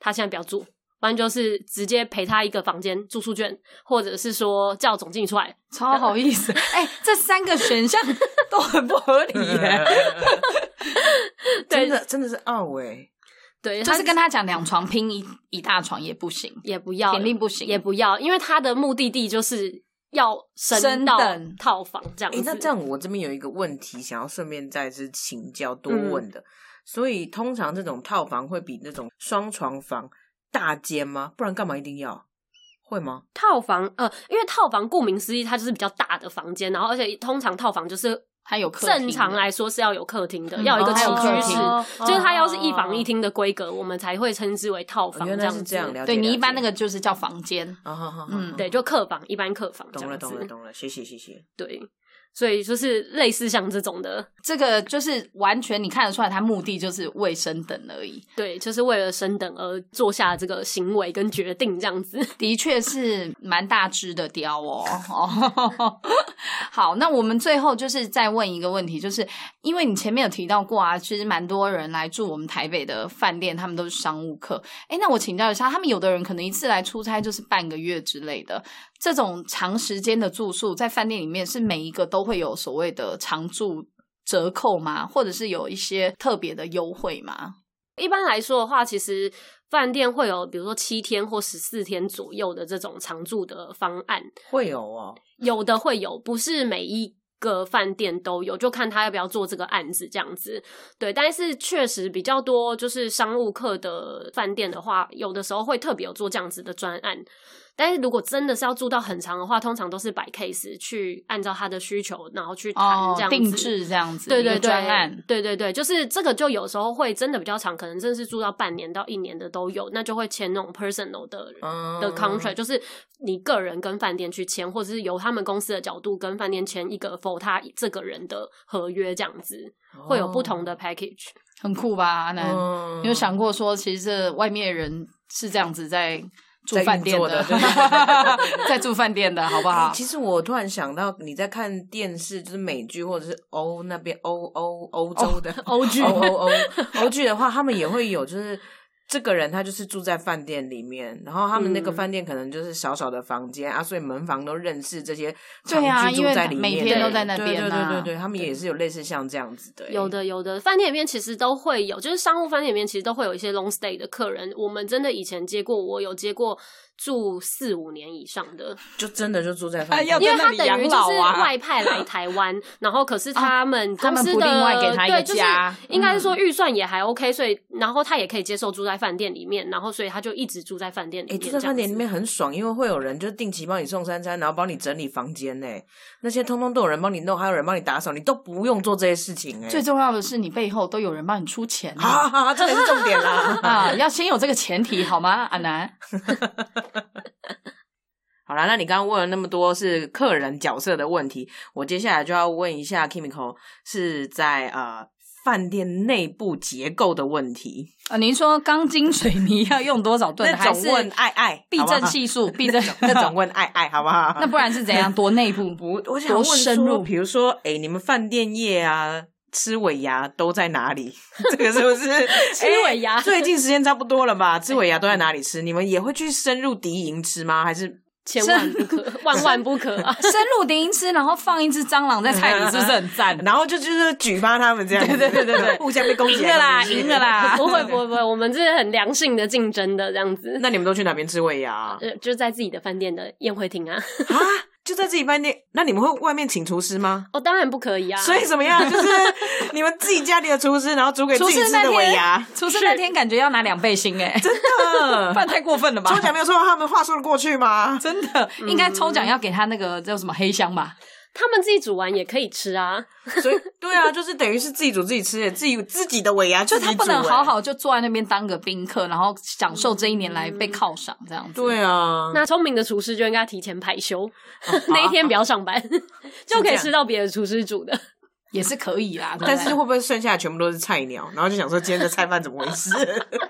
[SPEAKER 3] 他现在不要住。不然就是直接赔他一个房间住宿券，或者是说叫总经理出来。
[SPEAKER 2] 超好意思， 哎、这三个选项
[SPEAKER 4] 都很不合理耶。
[SPEAKER 1] 真的真的是傲哎，
[SPEAKER 3] 对，
[SPEAKER 2] 就
[SPEAKER 3] 他
[SPEAKER 2] 是跟他讲两床拼一一大床也不行，
[SPEAKER 3] 也不要，
[SPEAKER 2] 肯定不行，
[SPEAKER 3] 哦也不要，因为他的目的地就是要
[SPEAKER 2] 升
[SPEAKER 3] 升到
[SPEAKER 2] 等
[SPEAKER 3] 套房这样
[SPEAKER 1] 诶
[SPEAKER 3] 子。
[SPEAKER 1] 那这样我这边有一个问题，想要顺便再次请教多问的。所以通常这种套房会比那种双床房大间吗？不然干嘛一定要？会吗？
[SPEAKER 3] 套房，呃，因为套房顾名思义，它就是比较大的房间，然后而且通常套房就是
[SPEAKER 2] 还有客厅的
[SPEAKER 3] 正常来说是要有客厅的，
[SPEAKER 2] 嗯
[SPEAKER 1] 哦
[SPEAKER 3] 要有一个
[SPEAKER 2] 还
[SPEAKER 3] 起
[SPEAKER 2] 有客
[SPEAKER 3] 居
[SPEAKER 2] 厅
[SPEAKER 3] 室，就是它要是一房一厅的规格，我们才会称之为套
[SPEAKER 1] 哦
[SPEAKER 3] 房
[SPEAKER 1] 原
[SPEAKER 3] 这
[SPEAKER 1] 来
[SPEAKER 3] 样
[SPEAKER 1] 是
[SPEAKER 3] 子。
[SPEAKER 1] 这样，了解。
[SPEAKER 2] 对你
[SPEAKER 1] 了
[SPEAKER 2] 一般那
[SPEAKER 1] 解
[SPEAKER 2] 个就是叫房间，
[SPEAKER 1] 啊，好好好，
[SPEAKER 2] 嗯
[SPEAKER 1] 好
[SPEAKER 3] 对，就客房，一般客房这
[SPEAKER 1] 懂
[SPEAKER 3] 样
[SPEAKER 1] 了，
[SPEAKER 3] 子。
[SPEAKER 1] 懂了，懂了，谢谢，谢谢。
[SPEAKER 3] 对，所以就是类似像这种的，
[SPEAKER 2] 这个就是完全你看得出来，他目的就是为升等而已。
[SPEAKER 3] 对，就是为了升等而做下这个行为跟决定这样子。
[SPEAKER 2] 的确是蛮大只的雕哦。 哦，好，那我们最后就是再问一个问题，就是因为你前面有提到过啊，其实蛮多人来住我们台北的饭店，他们都是商务客。哎，那我请教一下，他们有的人可能一次来出差就是半个月之类的，这种长时间的住宿在饭店里面，是每一个都会有所谓的常住折扣吗？或者是有一些特别的优惠吗？
[SPEAKER 3] 一般来说的话，其实饭店会有比如说七天或十四天左右的这种常住的方案，
[SPEAKER 1] 会有哦，
[SPEAKER 3] 有的会有，不是每一个饭店都有，就看他要不要做这个案子这样子。对，但是确实比较多，就是商务客的饭店的话，有的时候会特别有做这样子的专案。但是如果真的是要住到很长的话，通常都是摆 case 去按照他的需求，然后去谈
[SPEAKER 2] 哦
[SPEAKER 3] 这样子。
[SPEAKER 2] 定制这样子，
[SPEAKER 3] 对
[SPEAKER 2] 一
[SPEAKER 3] 对
[SPEAKER 2] 个
[SPEAKER 3] 对
[SPEAKER 2] 专案，
[SPEAKER 3] 对对对，就是这个就有时候会真的比较长，可能真的是住到半年到一年的都有，那就会签那种 personal 的
[SPEAKER 1] 嗯
[SPEAKER 3] 的 contract，、就是你个人跟饭店去签，或者是由他们公司的角度跟饭店签一个 for 他这个人的合约，这样子
[SPEAKER 1] 哦
[SPEAKER 3] 会有不同的 package。
[SPEAKER 2] 很酷吧，阿南？
[SPEAKER 1] 嗯
[SPEAKER 2] 你有想过说，其实这外面人是这样子在住
[SPEAKER 1] 在运
[SPEAKER 2] 饭店
[SPEAKER 1] 作
[SPEAKER 2] 的
[SPEAKER 1] 的对对对，
[SPEAKER 2] 在住饭店的 好不
[SPEAKER 1] 哎
[SPEAKER 2] 好？
[SPEAKER 1] 其实我突然想到，你在看电视，就是美剧或者是欧那边欧欧欧洲的
[SPEAKER 2] 哦
[SPEAKER 3] 欧剧
[SPEAKER 1] 欧欧欧欧剧的话，他们也会有，就是这个人他就是住在饭店里面，然后他们那个
[SPEAKER 3] 嗯
[SPEAKER 1] 饭店可能就是小小的房间、啊，所以门房都认识这些
[SPEAKER 2] 对啊
[SPEAKER 1] 常居
[SPEAKER 2] 因
[SPEAKER 1] 住
[SPEAKER 2] 为
[SPEAKER 1] 在里面的人，
[SPEAKER 2] 每
[SPEAKER 3] 天都
[SPEAKER 2] 在那边
[SPEAKER 1] 对对
[SPEAKER 2] 啊
[SPEAKER 1] 对对对，他们也是有类似像这样子的、
[SPEAKER 3] 有的有的，饭店里面其实都会有，就是商务饭店里面其实都会有一些 long stay 的客人。我们真的以前接过，我有接过住四五年以上的，
[SPEAKER 1] 就真的就住在饭
[SPEAKER 4] 要
[SPEAKER 1] 店。
[SPEAKER 3] 因为
[SPEAKER 4] 在那
[SPEAKER 3] 他
[SPEAKER 4] 里
[SPEAKER 3] 等于
[SPEAKER 4] 养
[SPEAKER 3] 就
[SPEAKER 4] 老
[SPEAKER 3] 是
[SPEAKER 4] 啊
[SPEAKER 3] 外派来台湾，然后可是他们
[SPEAKER 2] 他
[SPEAKER 3] 公
[SPEAKER 2] 们
[SPEAKER 3] 司
[SPEAKER 2] 不
[SPEAKER 3] 的、
[SPEAKER 2] 另外给他一个
[SPEAKER 3] 对，就是
[SPEAKER 2] 家
[SPEAKER 3] 应该是说预算也还 OK，所以然后他也可以接受住在饭店里面，然后所以他就一直住在饭店里
[SPEAKER 1] 哎、
[SPEAKER 3] 面。
[SPEAKER 1] 住在饭店里面很爽，因为会有人就定期帮你送三餐，然后帮你整理房间呢、哎那些通通都有人帮你弄，还有人帮你打扫，你都不用做这些事情哎、
[SPEAKER 2] 最重要的是，你背后都有人帮你出钱啊！
[SPEAKER 1] 好好好，这 才是重点啦。
[SPEAKER 2] 啊，要先有这个前提好吗，阿南？
[SPEAKER 1] 好啦，那你刚刚问了那么多是客人角色的问题，我接下来就要问一下 Kimiko 是在呃饭店内部结构的问题，
[SPEAKER 2] 啊，您说钢筋水泥要用多少吨？
[SPEAKER 1] 那
[SPEAKER 2] 还
[SPEAKER 1] 种
[SPEAKER 2] 是
[SPEAKER 1] 问爱爱
[SPEAKER 2] 避
[SPEAKER 1] 好不好
[SPEAKER 2] 震系数？避震
[SPEAKER 1] 那种问爱爱好不好？
[SPEAKER 2] 那不然是怎样？多内部
[SPEAKER 1] 不，我想
[SPEAKER 2] 多
[SPEAKER 1] 问
[SPEAKER 2] 深
[SPEAKER 1] 说，
[SPEAKER 2] 入？
[SPEAKER 1] 比如说，哎、你们饭店业啊，吃尾牙都在哪里？ 这个是不 是
[SPEAKER 3] 吃尾牙
[SPEAKER 1] 哎最近时间差不多了吧？吃尾牙都在哪里吃？你们也会去深入敌营吃吗？还是
[SPEAKER 3] 千万不可，万万不可啊！
[SPEAKER 2] 深入敌营吃，然后放一只蟑螂在菜里，是不是很赞？
[SPEAKER 1] 然后就就是举发他们这样子？
[SPEAKER 2] 对对对对对
[SPEAKER 1] 互相被攻击
[SPEAKER 2] 赢了啦，
[SPEAKER 1] 来攻击去
[SPEAKER 2] 赢了啦！
[SPEAKER 3] 不会不会不会，我们是很良性的竞争的这样子。
[SPEAKER 1] 那你们都去哪边吃尾牙啊？
[SPEAKER 3] 呃，就在自己的饭店的宴会厅啊！
[SPEAKER 1] 啊就在自己饭店？那你们会外面请厨师吗？
[SPEAKER 3] 哦，当然不可以啊！
[SPEAKER 1] 所以怎么样？就是你们自己家里的厨师，然后煮给
[SPEAKER 2] 厨
[SPEAKER 1] 自己
[SPEAKER 2] 师
[SPEAKER 1] 吃
[SPEAKER 2] 那
[SPEAKER 1] 的尾牙
[SPEAKER 2] 天，， 厨师那天感觉要拿两倍薪哎，
[SPEAKER 1] 真的
[SPEAKER 2] 不然太过分了吧
[SPEAKER 1] 抽？奖没有抽到，他们话说得过去吗？
[SPEAKER 2] 真的应该抽奖要给他那个叫什么黑箱
[SPEAKER 1] 嗯
[SPEAKER 2] 吧？
[SPEAKER 3] 他们自己煮完也可以吃啊。
[SPEAKER 1] 所以对啊，就是等于是自己煮自己吃耶，自己自己的尾牙，
[SPEAKER 2] 就
[SPEAKER 1] 就
[SPEAKER 2] 他不能好。好就坐在那边当个宾客，然后享受这一年来被犒赏这样子。
[SPEAKER 1] 对啊，
[SPEAKER 3] 那聪明的厨师就应该提前排休， 那一天不要上班， 就可以吃到别的厨师煮的。
[SPEAKER 2] 也是可以啦，对不对
[SPEAKER 1] 但是会不会剩下的全部都是菜鸟？然后就想说今天的菜饭怎么回事？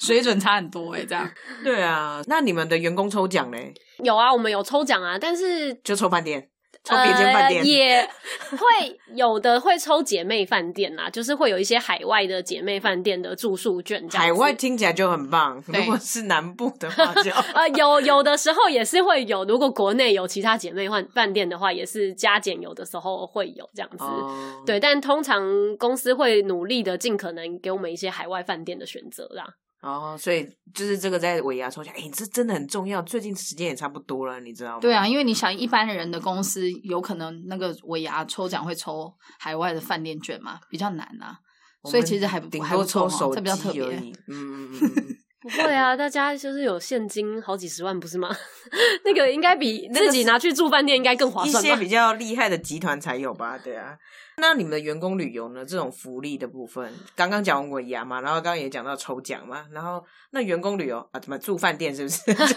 [SPEAKER 2] 水准差很多哎、这样
[SPEAKER 1] 对啊，那你们的员工抽奖嘞，
[SPEAKER 3] 有啊，我们有抽奖啊，但是
[SPEAKER 1] 就抽饭店，抽别间饭
[SPEAKER 3] 呃
[SPEAKER 1] 店。
[SPEAKER 3] 也会有的会抽姐妹饭店啦，就是会有一些海外的姐妹饭店的住宿券这样
[SPEAKER 1] 海
[SPEAKER 3] 子。
[SPEAKER 1] 外听起来就很棒，
[SPEAKER 2] 对
[SPEAKER 1] 如果是南部的话 就
[SPEAKER 3] 呃，有有的时候也是会有，如果国内有其他姐妹饭饭店的话，也是加减，有的时候会有这样子。
[SPEAKER 1] 哦，
[SPEAKER 3] 对，但通常公司会努力的，尽可能给我们一些海外饭店的选择 啦。
[SPEAKER 1] 哦，所以就是这个在尾牙抽奖，哎、这真的很重要。最近时间也差不多了，你知道吗？
[SPEAKER 2] 对啊，因为你想一般人的公司有可能那个尾牙抽奖会抽海外的饭店券嘛，比较难啊。
[SPEAKER 1] 我们
[SPEAKER 2] 所以其实还不
[SPEAKER 1] 顶
[SPEAKER 2] 还不
[SPEAKER 1] 多
[SPEAKER 2] 错
[SPEAKER 1] 抽
[SPEAKER 2] 嘛
[SPEAKER 1] 手
[SPEAKER 2] 这比
[SPEAKER 1] 机
[SPEAKER 2] 较特别
[SPEAKER 1] 而已。嗯嗯嗯嗯嗯。
[SPEAKER 3] 不会啊，大家就是有现金好几十万，不是吗？ 那个应该比
[SPEAKER 1] 那个
[SPEAKER 3] 自己
[SPEAKER 1] 是
[SPEAKER 3] 拿去住饭店应该更划
[SPEAKER 1] 一
[SPEAKER 3] 算
[SPEAKER 1] 些
[SPEAKER 3] 吧？
[SPEAKER 1] 比较厉害的集团才有吧？对啊。那你们的员工旅游呢？这种福利的部分，刚刚讲完尾牙嘛，然后刚刚也讲到抽奖嘛，然后那员工旅游啊，怎么住饭店是不是？就是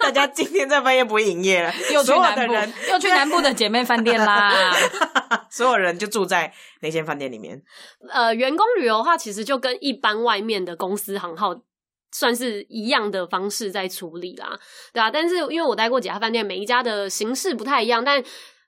[SPEAKER 1] 大家今天在半夜不会营业了，
[SPEAKER 2] 又去
[SPEAKER 1] 所有
[SPEAKER 2] 南
[SPEAKER 1] 的
[SPEAKER 2] 部
[SPEAKER 1] 人，，
[SPEAKER 2] 又去南部的姐妹饭 店啦。
[SPEAKER 1] 所有人就住在那间饭店里面。
[SPEAKER 3] 呃，员工旅游的话，其实就跟一般外面的公司行号。算是一样的方式在处理啦，对啊，但是因为我待过几家饭店，每一家的形式不太一样，但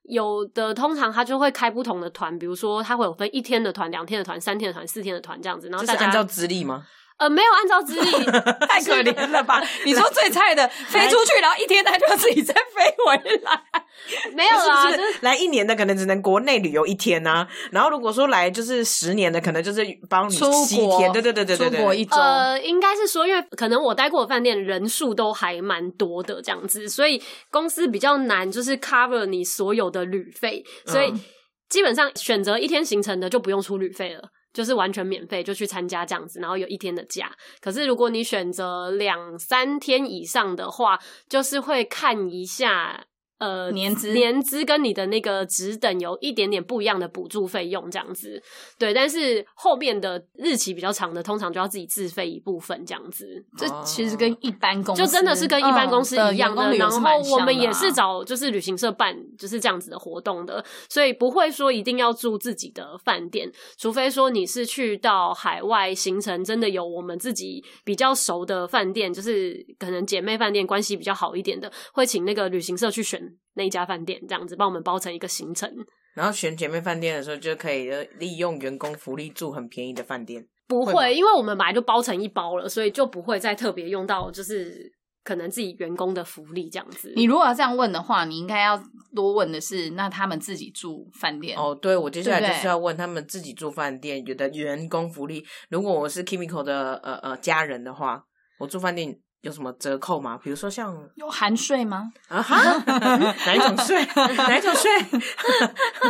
[SPEAKER 3] 有的通常他就会开不同的团，比如说他会有分一天的团、两天的团、三天的团、四天的团这样子，然后
[SPEAKER 1] 就
[SPEAKER 3] 大
[SPEAKER 1] 是
[SPEAKER 3] 家
[SPEAKER 1] 按照资历吗？
[SPEAKER 3] 呃没有按照资历，
[SPEAKER 2] 太可怜了吧！ 你说最菜的飞出去，然后一天他就要自己再飞回来，
[SPEAKER 3] 没有啦，
[SPEAKER 1] 是
[SPEAKER 3] 就
[SPEAKER 1] 不
[SPEAKER 3] 是
[SPEAKER 1] 是来一年的可能只能国内旅游一天呐、啊？然后如果说来就是十年的，可能就是帮你七
[SPEAKER 2] 出国
[SPEAKER 1] 天，对对对对对
[SPEAKER 2] 出
[SPEAKER 1] 对，
[SPEAKER 2] 国一周。
[SPEAKER 3] 呃，应该是说，因为可能我待过的饭店人数都还蛮多的这样子，所以公司比较难就是 cover 你所有的旅费，所以
[SPEAKER 1] 嗯
[SPEAKER 3] 基本上选择一天行程的就不用出旅费了。就是完全免费就去参加这样子，然后有一天的假。可是如果你选择两三天以上的话，就是会看一下。呃，
[SPEAKER 2] 年资
[SPEAKER 3] 年资跟你的那个职等有一点点不一样的补助费用这样子，对，但是后面的日期比较长的，通常就要自己自费一部分这样子。
[SPEAKER 2] 这其实跟一般公司
[SPEAKER 3] 就真的是跟一般公司一样
[SPEAKER 2] 哦嗯的员工旅游
[SPEAKER 3] 然
[SPEAKER 2] 是蛮
[SPEAKER 3] 后
[SPEAKER 2] 像的啊
[SPEAKER 3] 我们也是找就是旅行社办就是这样子的活动的，所以不会说一定要住自己的饭店，除非说你是去到海外行程，真的有我们自己比较熟的饭店，就是可能姐妹饭店关系比较好一点的，会请那个旅行社去选那一家饭店，这样子帮我们包成一个行程。
[SPEAKER 1] 然后选姐妹饭店的时候，就可以呃利用员工福利住很便宜的饭店。
[SPEAKER 3] 不
[SPEAKER 1] 会吗
[SPEAKER 3] 会，因为我们本来就包成一包了，所以就不会再特别用到就是可能自己员工的福利这样子。
[SPEAKER 2] 你如果要这样问的话，你应该要多问的是，那他们自己住饭店，
[SPEAKER 1] 哦，对，我接下来
[SPEAKER 2] 对不
[SPEAKER 1] 就
[SPEAKER 2] 对
[SPEAKER 1] 是要问他们自己住饭店有的员工福利。如果我是 Kimiko 的呃呃家人的话，我住饭店有什么折扣吗？比如说像
[SPEAKER 2] 有含税 吗？
[SPEAKER 1] 啊哈， 哪一种税？哪一种税？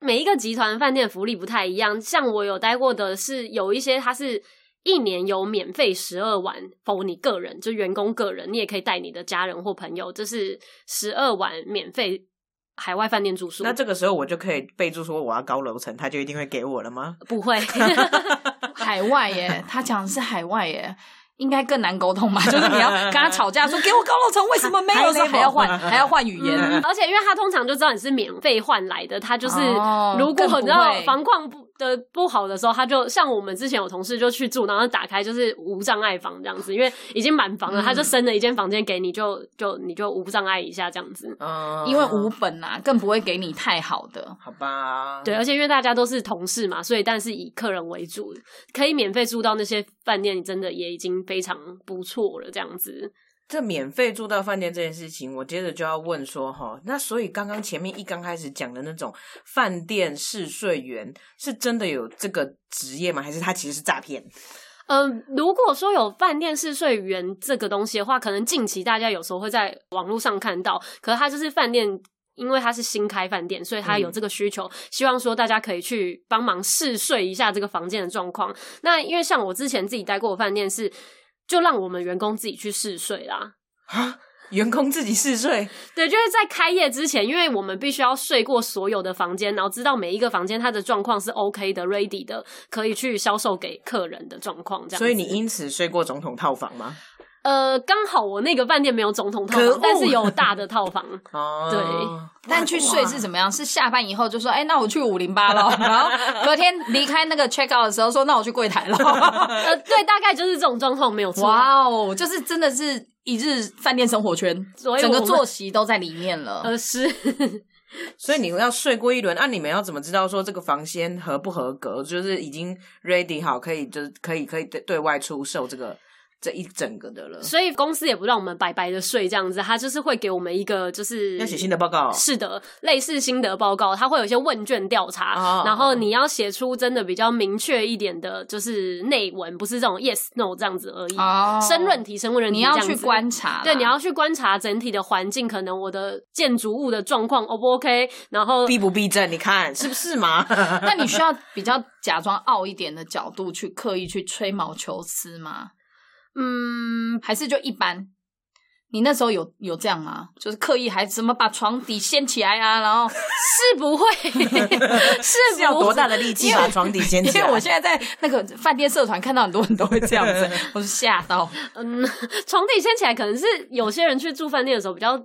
[SPEAKER 3] 每一个集团饭店福利不太一样，像我有待过的是有一些它是。一年有免费十二晚，否你个人就员工个人，你也可以带你的家人或朋友，这是十二晚免费海外饭店住宿。
[SPEAKER 1] 那这个时候我就可以备注说我要高楼层，他就一定会给我了吗？
[SPEAKER 3] 不会，
[SPEAKER 2] 海外耶，他讲的是海外耶。应该更难沟通吧， 就是你要跟他吵架，说给我高楼层，为什么没有？
[SPEAKER 1] high
[SPEAKER 2] 说还要
[SPEAKER 1] level
[SPEAKER 2] 换，还要换语言，
[SPEAKER 3] 而且因为他通常就知道你是免费换来的，他就是
[SPEAKER 2] 哦
[SPEAKER 3] 如果
[SPEAKER 2] 更不
[SPEAKER 3] 你知道
[SPEAKER 2] 会
[SPEAKER 3] 房况不的不好的时候，他就像我们之前有同事就去住，然后打开就是无障碍房这样子，因为已经满房
[SPEAKER 2] 嗯
[SPEAKER 3] 了，他就升了一间房间给你，就就你就无障碍一下这样子。
[SPEAKER 1] 嗯，
[SPEAKER 2] 因为无本呐、更不会给你太好的。
[SPEAKER 1] 好吧，
[SPEAKER 3] 对，而且因为大家都是同事嘛，所以但是以客人为主，可以免费住到那些饭店，真的也已经非常不错了。这样子，
[SPEAKER 1] 这免费住到饭店这件事情，我接着就要问说哈，那所以刚刚前面一刚开始讲的那种饭店试睡员，是真的有这个职业吗？还是他其实是诈骗？
[SPEAKER 3] 嗯，如果说有饭店试睡员这个东西的话，可能近期大家有时候会在网络上看到，可是它就是饭店。因为它是新开饭店，所以它有这个需求，希望说大家可以去帮忙试睡一下这个房间的状况。那因为像我之前自己待过的饭店是，就让我们员工自己去试睡啦。
[SPEAKER 1] 员工自己试睡，
[SPEAKER 3] 对，就是在开业之前，因为我们必须要睡过所有的房间，然后知道每一个房间它的状况是 OK 的、ready 的，可以去销售给客人的状况。这样子，
[SPEAKER 1] 所以你因此睡过总统套房吗？
[SPEAKER 3] 呃，刚好我那个饭店没有总统套
[SPEAKER 1] 可恶
[SPEAKER 3] 房，但是有大的套房。
[SPEAKER 1] 哦，
[SPEAKER 2] 但去睡是怎么样？是下班以后就说，哎、那我去五零八喽。 然后隔天离开那个 check out 的时候说，那我去柜台喽。
[SPEAKER 3] 呃，对，大概就是这种状况没有错。
[SPEAKER 2] 哇哦，就是真的是一日饭店生活圈，
[SPEAKER 3] 所以
[SPEAKER 2] 整个
[SPEAKER 3] 我们
[SPEAKER 2] 作息都在里面了。
[SPEAKER 3] 呃，是
[SPEAKER 1] 所以你要睡过一轮，啊那、你们要怎么知道说这个房间合不合格？就是已经 ready 好，可以就是可以可以对对外出售这个这一整个的了。
[SPEAKER 3] 所以公司也不让我们白白的睡这样子，他就是会给我们一个就是
[SPEAKER 1] 要写新的报告哦、
[SPEAKER 3] 是的，类似心得报告，它会有一些问卷调查，
[SPEAKER 1] 哦
[SPEAKER 3] 然后你要写出真的比较明确一点的，就是内文，不是这种 yes no 这样子而已。
[SPEAKER 2] 哦
[SPEAKER 3] 申论题、申论题
[SPEAKER 2] 你
[SPEAKER 3] 这样
[SPEAKER 2] 要
[SPEAKER 3] 子，
[SPEAKER 2] 去观察啦，
[SPEAKER 3] 对，你要去观察整体的环境，可能我的建筑物的状况 O 不 OK，然后
[SPEAKER 1] 避不避震？你看是不是嘛？
[SPEAKER 2] 那你需要比较假装傲一点的角度去刻意去吹毛求疵吗？
[SPEAKER 3] 嗯，
[SPEAKER 2] 还是就一般？你那时候有有这样吗？就是刻意还怎么把床底掀起 来啊？然后
[SPEAKER 3] 是不会，是
[SPEAKER 1] 是要
[SPEAKER 3] 不
[SPEAKER 1] 多
[SPEAKER 3] 会
[SPEAKER 1] 大的力气啊把床底 掀
[SPEAKER 2] 因
[SPEAKER 1] 起来？
[SPEAKER 2] 为我现在在那个饭店社团看到很多人都会这样 子，我就吓到。
[SPEAKER 3] 嗯，床底掀起来，可能是有些人去住饭店的时候比较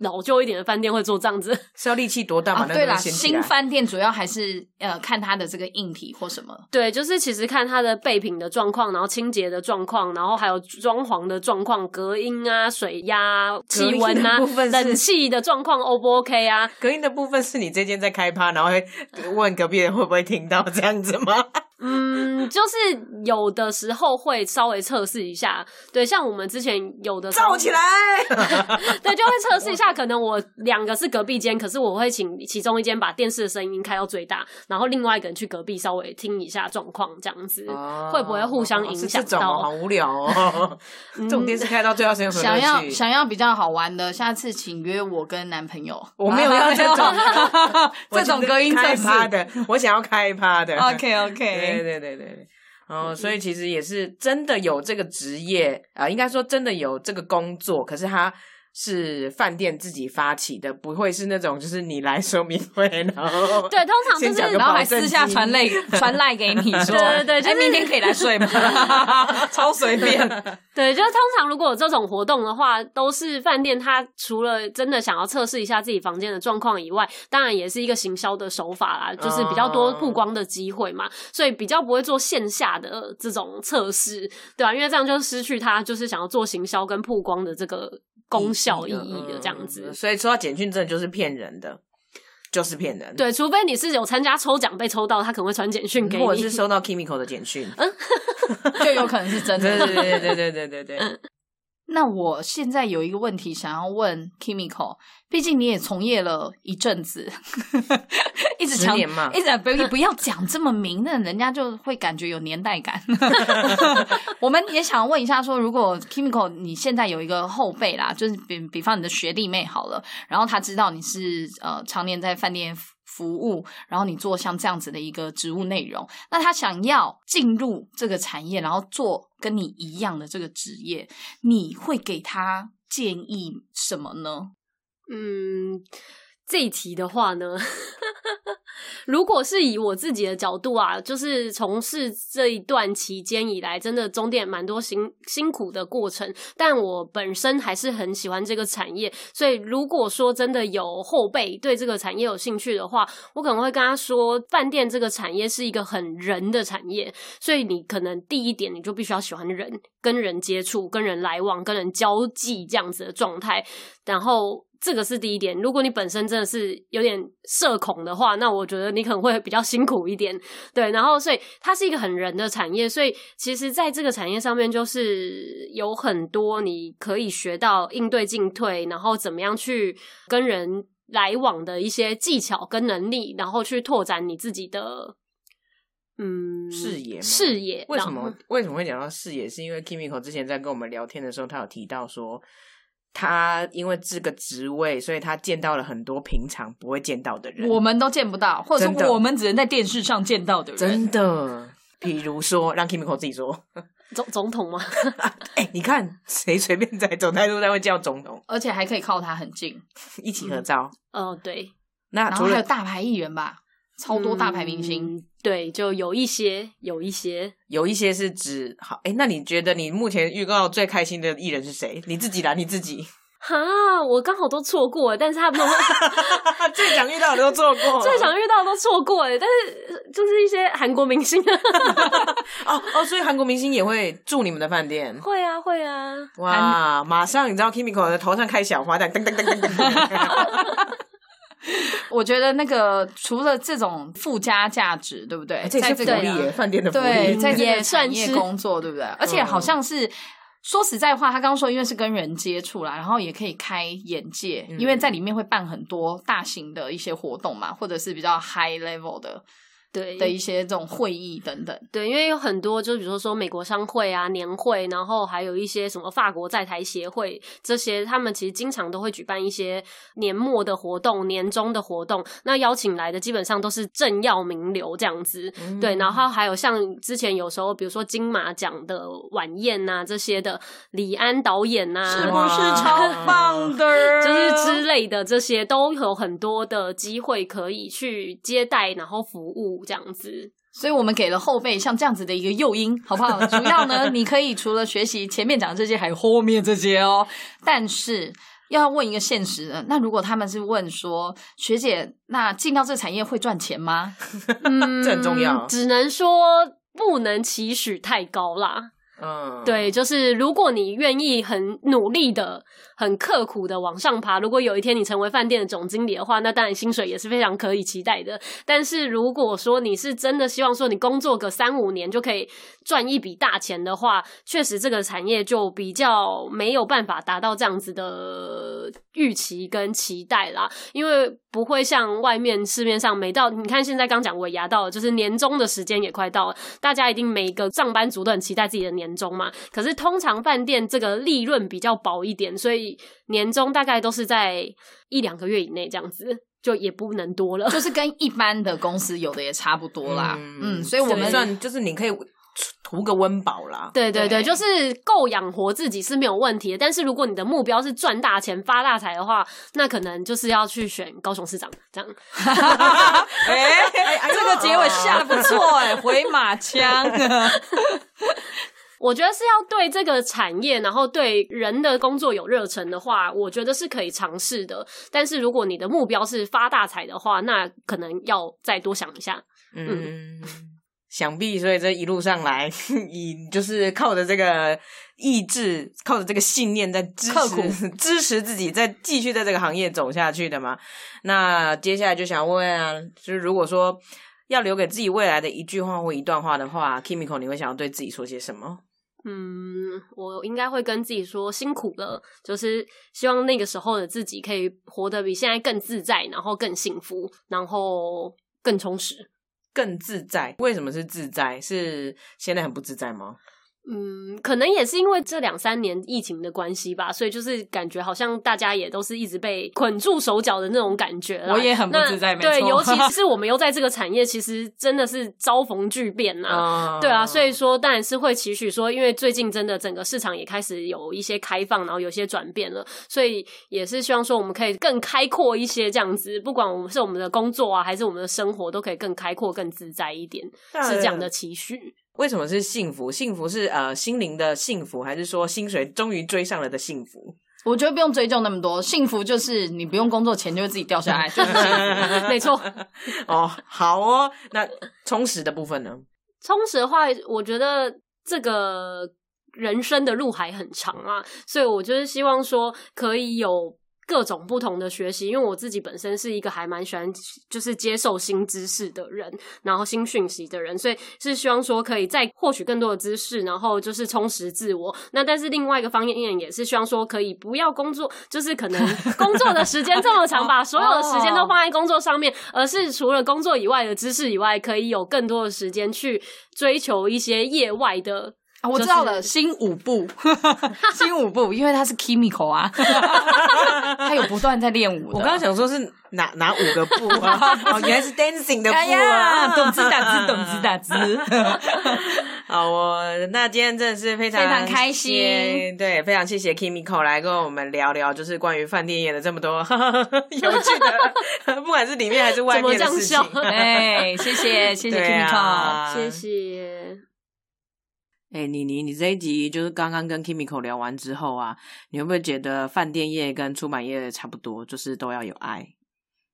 [SPEAKER 3] 老旧一点的饭店会做这样子。
[SPEAKER 1] 是要力气多大把
[SPEAKER 2] 啊，
[SPEAKER 1] 那
[SPEAKER 2] 对
[SPEAKER 1] 个
[SPEAKER 2] 啦，
[SPEAKER 1] 东西掀起
[SPEAKER 2] 新
[SPEAKER 1] 来？
[SPEAKER 2] 饭店主要还是呃看它的这个硬体或什么。
[SPEAKER 3] 对，就是其实看它的备品的状况，然后清洁的状况，然后还有装潢的状况，隔音啊、水压、啊、
[SPEAKER 1] 隔音
[SPEAKER 3] 气温啊
[SPEAKER 1] 的部分、是
[SPEAKER 3] 冷气的状况 O 不 OK 啊？
[SPEAKER 1] 隔音的部分是你这间在开趴，然后会问隔壁人会不会听到这样子吗？
[SPEAKER 3] 嗯，就是有的时候会稍微测试一下，对，像我们之前有的时候
[SPEAKER 1] 燥起来，
[SPEAKER 3] 对，就会测试 一下。可能我两个是隔壁间，可是我会请其中一间把电视的声音开到最大，然后另外一个人去隔壁稍微听一下状况，这样子、
[SPEAKER 1] 哦
[SPEAKER 3] 会不会互相影
[SPEAKER 1] 是这
[SPEAKER 3] 响
[SPEAKER 1] 种哦好
[SPEAKER 3] 到？
[SPEAKER 1] 无聊哦。这种电视开到最后声音有什么
[SPEAKER 2] 想要
[SPEAKER 1] 乐趣？
[SPEAKER 2] 想要比较好玩的，下次请约我跟男朋友。
[SPEAKER 1] 我没有要这种 我
[SPEAKER 4] 这
[SPEAKER 1] 就是
[SPEAKER 4] 种隔音测
[SPEAKER 1] 开
[SPEAKER 4] 试。
[SPEAKER 1] 趴的，我想要开趴的。
[SPEAKER 4] OK
[SPEAKER 1] 对
[SPEAKER 4] OK，
[SPEAKER 1] 对对对对。
[SPEAKER 3] 嗯
[SPEAKER 1] 哦，所以其实也是真的有这个职业啊、呃应该说真的有这个工作，可是他是饭店自己发起的，不会是那种就是你来说明会，然后
[SPEAKER 3] 对，通常就
[SPEAKER 1] 先讲
[SPEAKER 3] 是
[SPEAKER 1] 个
[SPEAKER 4] 然后还
[SPEAKER 1] 保证
[SPEAKER 4] 私下
[SPEAKER 1] 金
[SPEAKER 4] 传 赖传赖给你说，
[SPEAKER 3] 对对对就
[SPEAKER 4] 哎，
[SPEAKER 3] 是
[SPEAKER 4] 明天可以来睡吗？超随便，
[SPEAKER 3] 对，就是通常如果有这种活动的话，都是饭店它除了真的想要测试一下自己房间的状况以外，当然也是一个行销的手法啦，就是比较多曝光的机会嘛，所以比较不会做线下的这种测试，对吧、啊因为这样就失去它就是想要做行销跟曝光的这个功效意
[SPEAKER 1] 嗯
[SPEAKER 3] 义的这样子。
[SPEAKER 1] 所以说到简讯证就是骗人的，就是骗人。，
[SPEAKER 3] 对，除非你是有参加抽奖被抽到，他可能会传简嗯讯给
[SPEAKER 1] 嗯
[SPEAKER 3] 你。嗯
[SPEAKER 1] 或者是收到 Kimiko 的简讯。
[SPEAKER 2] 就有可能是真
[SPEAKER 1] 对
[SPEAKER 2] 的。
[SPEAKER 1] 对对对对对对 对。
[SPEAKER 2] 那我现在有一个问题想要问 Kimiko，毕竟你也从业了一阵子， 一直
[SPEAKER 1] 十
[SPEAKER 2] 强
[SPEAKER 1] 年嘛
[SPEAKER 2] 一直 不要不要讲这么明，那人家就会感觉有年 代感。 我们也想问一下说如果 Kimiko 你现在有一个后辈啦，就是比比方你的学弟妹好了，然后他知道你是呃常年在饭店服。服务，然后你做像这样子的一个职务内容，那他想要进入这个产业，然后做跟你一样的这个职业，你会给他建议什么呢？
[SPEAKER 3] 嗯，这一题的话呢， 如果是以我自己的角度啊，就是从事这一段期间以来，真的中间也蛮多辛辛苦的过程，但我本身还是很喜欢这个产业，所以如果说真的有后辈对这个产业有兴趣的话，我可能会跟他说，饭店这个产业是一个很人的产业，所以你可能第一点你就必须要喜欢人，跟人接触、跟人来往、跟人交际这样子的状态，然后。这个是第一点。如果你本身真的是有点社恐的话，那我觉得你可能会比较辛苦一点。对，然后所以它是一个很人的产业，所以其实在这个产业上面，就是有很多你可以学到应对进退，然后怎么样去跟人来往的一些技巧跟能力，然后去拓展你自己的嗯
[SPEAKER 1] 视野吗
[SPEAKER 3] 视野。
[SPEAKER 1] 为
[SPEAKER 3] 然
[SPEAKER 1] 什
[SPEAKER 3] 后嗯
[SPEAKER 1] 么为什么会讲到视野？是因为 Kimiko 之前在跟我们聊天的时候，他有提到说，他因为这个职位，所以他见到了很多平常不会见到的人。
[SPEAKER 2] 我们都见不到，或
[SPEAKER 4] 或
[SPEAKER 2] 者
[SPEAKER 4] 者
[SPEAKER 1] 嗯真的
[SPEAKER 4] 说我们只能在电视上见到的人，
[SPEAKER 1] 真的，比如说让 Kimiko 自己说，
[SPEAKER 3] 总总统吗？
[SPEAKER 1] 哎、你看谁随便在走在路上会叫总统，
[SPEAKER 2] 而且还可以靠他很近，
[SPEAKER 1] 一起合照。
[SPEAKER 3] 哦，对，
[SPEAKER 1] 那
[SPEAKER 2] 嗯然
[SPEAKER 1] 啊除
[SPEAKER 2] 后还有
[SPEAKER 1] 了
[SPEAKER 2] 大牌艺人吧，超多大牌明星。
[SPEAKER 3] 嗯对，就有一些，有一些。
[SPEAKER 1] 有一些是指好，哎、那你觉得你目前预告最开心的艺人是谁？你自己啦，你自己，
[SPEAKER 3] 哈，我刚好都错过了，但是他 们
[SPEAKER 1] 最想遇到的都做过，
[SPEAKER 3] 最想遇到的都错过了，但是就是一些韩国明星，啊
[SPEAKER 1] 哦哦，所以韩国明星也会住你们的饭店。
[SPEAKER 3] 会啊会啊，
[SPEAKER 1] 哇！马上你知道 Kimiko 的头上开小花弹，噔噔噔噔噔。
[SPEAKER 2] 我觉得那个除了这种附加价值，对不对？
[SPEAKER 1] 哎这也是
[SPEAKER 2] 在
[SPEAKER 1] 福
[SPEAKER 2] 这个
[SPEAKER 1] 利耶，饭店的福
[SPEAKER 2] 对，
[SPEAKER 1] 利。
[SPEAKER 2] 在这
[SPEAKER 3] 也
[SPEAKER 2] 个
[SPEAKER 3] 算
[SPEAKER 2] 产业
[SPEAKER 3] 是
[SPEAKER 2] 工作，对不对？而
[SPEAKER 1] 嗯
[SPEAKER 2] 且好像是。说实在话，他刚刚说，因为是跟人接触啦，然后也可以开眼界，
[SPEAKER 1] 嗯
[SPEAKER 2] 因为在里面会办很多大型的一些活动嘛，或者是比较 high level 的
[SPEAKER 3] 对
[SPEAKER 2] 的一些这种会议等等。
[SPEAKER 3] 对，因为有很多，就比如说美国商会啊、年会，然后还有一些什么法国在台协会这些，他们其实经常都会举办一些年末的活动、年终的活动。那邀请来的基本上都是政要名流这样子，
[SPEAKER 1] 嗯
[SPEAKER 3] 对。然后还有像之前有时候，比如说金马奖的晚宴呐、这些的，李安导演呐、
[SPEAKER 4] 是不
[SPEAKER 1] 哇
[SPEAKER 4] 是超棒的？
[SPEAKER 3] 就是之类的，这些都有很多的机会可以去接待，然后服务这样子。
[SPEAKER 2] 所以我们给了后辈像这样子的一个诱因，好不好？主要呢，你可以除了学习前面讲的这些，还有后面这些哦。但是要问一个现实的，那如果他们是问说，学姐，那进到这产业会赚钱吗？
[SPEAKER 3] 嗯，
[SPEAKER 1] 这很重要
[SPEAKER 3] 只能说不能期许太高啦。
[SPEAKER 1] 嗯，
[SPEAKER 3] 对，就是如果你愿意很努力的、很刻苦的往上爬，如果有一天你成为饭店的总经理的话，那当然薪水也是非常可以期待的。但是如果说你是真的希望说你工作个三五年就可以赚一笔大钱的话，确实这个产业就比较没有办法达到这样子的预期跟期待啦，因为不会像外面市面上每到你看现在刚讲尾牙到了，就是年终的时间也快到了，大家一定每一个上班族都很期待自己的年终嘛。可是通常饭店这个利润比较薄一点，所以年终大概都是在一两个月以内这样子，就也不能多了。
[SPEAKER 2] 就是跟一般的公司有的也差不多啦。嗯，所以我
[SPEAKER 1] 我
[SPEAKER 2] 们
[SPEAKER 1] 们算就是你可以图个温饱啦。
[SPEAKER 3] 对对对，
[SPEAKER 2] 对
[SPEAKER 3] 就是够养活自己是没有问题的。但是如果你的目标是赚大钱、发大财的话，那可能就是要去选高雄市长这样。
[SPEAKER 4] 哎、
[SPEAKER 1] 哎呦
[SPEAKER 4] 这个结尾下的不错哎、回马枪。
[SPEAKER 3] 我觉得是要对这个产业，然后对人的工作有热忱的话，我觉得是可以尝试的。但是如果你的目标是发大财的话，那可能要再多想一下。
[SPEAKER 1] 嗯，想必所以这一路上来， 以就是靠着这个意志，靠着这个信念在支
[SPEAKER 4] 刻苦
[SPEAKER 1] 持 支持自己，在继续在这个行业走下去的嘛。那接下来就想问啊，就是如果说要留给自己未来的一句话或一段话的话，Kimiko，你会想要对自己说些什么？
[SPEAKER 3] 嗯，我应该会跟自己说辛苦了，就是希望那个时候的自己可以活得比现在更自在，然后更幸福，然后更充实。
[SPEAKER 1] 更自在？为什么是自在？是现在很不自在吗？
[SPEAKER 3] 嗯，可能也是因为这两三年疫情的关系吧，所以就是感觉好像大家也都是一直被捆住手脚的那种感觉啦。
[SPEAKER 4] 我也很不
[SPEAKER 3] 那
[SPEAKER 4] 自在没
[SPEAKER 3] 对，
[SPEAKER 4] 错
[SPEAKER 3] 尤其 是我们又在这个产业，其实真的是遭逢巨变呐、
[SPEAKER 4] 嗯
[SPEAKER 1] 啊
[SPEAKER 3] 对啊，所以说当然是会期许说，因为最近真的整个市场也开始有一些开放，然后有一些转变了，所以也是希望说我们可以更开阔一些，这样子，不管我们是我们的工作啊，还是我们的生活，都可以更开阔、更自在一点，是这样的 期许。
[SPEAKER 1] 为什么是幸福？幸福是呃心灵的幸福，还是说薪水终于追上了的幸福？
[SPEAKER 2] 我觉得不用追究那么多，幸福就是你不用工作钱就会自己掉下来，这是幸福
[SPEAKER 3] 没错，
[SPEAKER 1] 哦，好哦。那充实的部分呢？
[SPEAKER 3] 充实的话，我觉得这个人生的路还很长啊，所以我就是希望说可以有。各种不同的学习，因为我自己本身是一个还蛮喜欢就是接受新知识的人，然后新讯息的人，所以是希望说可以再获取更多的知识，然后就是充实自我。那但是另外一个方面也是希望说可以不要工作，就是可能 工作的时间这么长，把所有的时间
[SPEAKER 1] 哦
[SPEAKER 3] 都放在工作上面，而是除了工作以外的知识以外，可以有更多的时间去追求一些业外的。
[SPEAKER 2] 啊，我知道了，新舞步， 新舞步，因为他是 Kimiko 啊， 他有不断在练舞的。
[SPEAKER 1] 我刚刚想说是哪哪五个步啊？ 哦，原来是 dancing 的步
[SPEAKER 4] 哎呀，
[SPEAKER 1] 啊！
[SPEAKER 4] 懂之打之，懂之打 之。
[SPEAKER 1] 好哦，那今天真的是非常
[SPEAKER 2] 非常开心
[SPEAKER 1] 谢，对，非常谢谢 Kimiko 来跟我们聊聊，就是关于饭店业的这么多 有趣的，不管是里面还是外面的事情
[SPEAKER 3] 怎么这。样
[SPEAKER 4] 哎，谢谢谢谢
[SPEAKER 1] 对
[SPEAKER 4] Kimiko，、
[SPEAKER 1] 啊，
[SPEAKER 3] 谢谢。
[SPEAKER 1] 哎、妮妮，你这一集就是刚刚跟 Kimiko 聊完之后啊，你会不会觉得饭店业跟出版业差不多，就是都要有爱？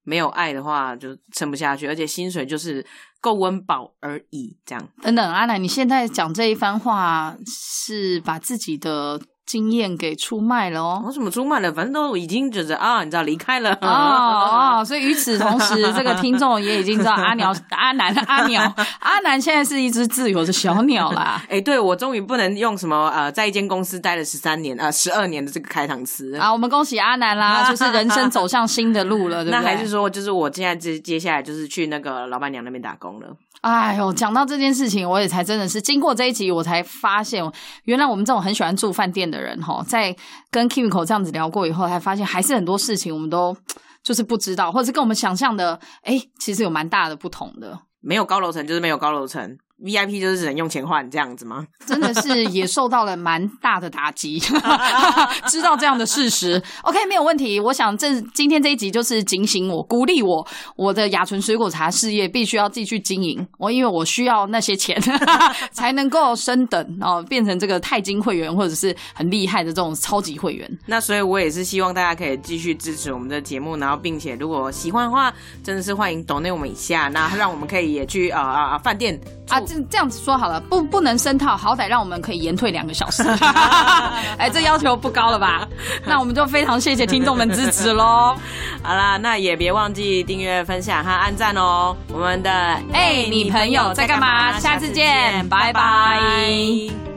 [SPEAKER 1] 没有爱的话，就撑不下去，而且薪水就是够温饱而已，这样。
[SPEAKER 2] 等等，阿南，你现在讲这一番话是把自己的经验给出卖了
[SPEAKER 1] 我、
[SPEAKER 2] 哦。
[SPEAKER 1] 什么出卖了，反正都已经觉得啊，你知道离开了。
[SPEAKER 2] 哦哦，所以与此同时，这个听众也已经知道阿鸟、阿南、阿鸟、阿南现在是一只自由的小鸟啦。
[SPEAKER 1] 哎、对我终于不能用什么呃，在一间公司待了十三年啊，十、2二年的这个开场词。
[SPEAKER 2] 啊，我们恭喜阿南 啦，就是人生走向新的路了，对不
[SPEAKER 1] 那
[SPEAKER 2] 对？
[SPEAKER 1] 还是说，就是我现在接接下来就是去那个老板娘那边打工了。
[SPEAKER 2] 哎呦，讲到这件事情，我也才真的是经过这一集，我才发现，原来我们这种很喜欢住饭店的人哈，在跟 Kimiko 这样子聊过以后，才发现还是很多事情我们都就是不知道，或者是跟我们想象的，哎、其实有蛮大的不同的。
[SPEAKER 1] 没有高楼层就是没有高楼层，VIP 就是只能用钱换这样子吗？
[SPEAKER 2] 真的是也受到了蛮大的打击，知道这样的事实。OK，没有问题。我想这今天这一集就是警醒我、鼓励我，我的雅纯水果茶事业必须要继续经营。我因为我需要那些钱 才能够升等哦，变成这个钛金会员或者是很厉害的这种超级会员。
[SPEAKER 1] 那所以，我也是希望大家可以继续支持我们的节目，然后，并且如果喜欢的话，真的是欢迎 donate 我们一下，那让我们可以以也去啊啊啊饭店
[SPEAKER 2] 啊，
[SPEAKER 1] 住
[SPEAKER 2] 这这样子说好了，不不能深套，好歹让我们可以延退两个小时。哎，这要求不高了吧？那我们就非常谢谢听众们支持喽。
[SPEAKER 1] 好啦，那也别忘记订阅、分享和按赞哦。我们的
[SPEAKER 2] 哎你朋友在干嘛下次见拜拜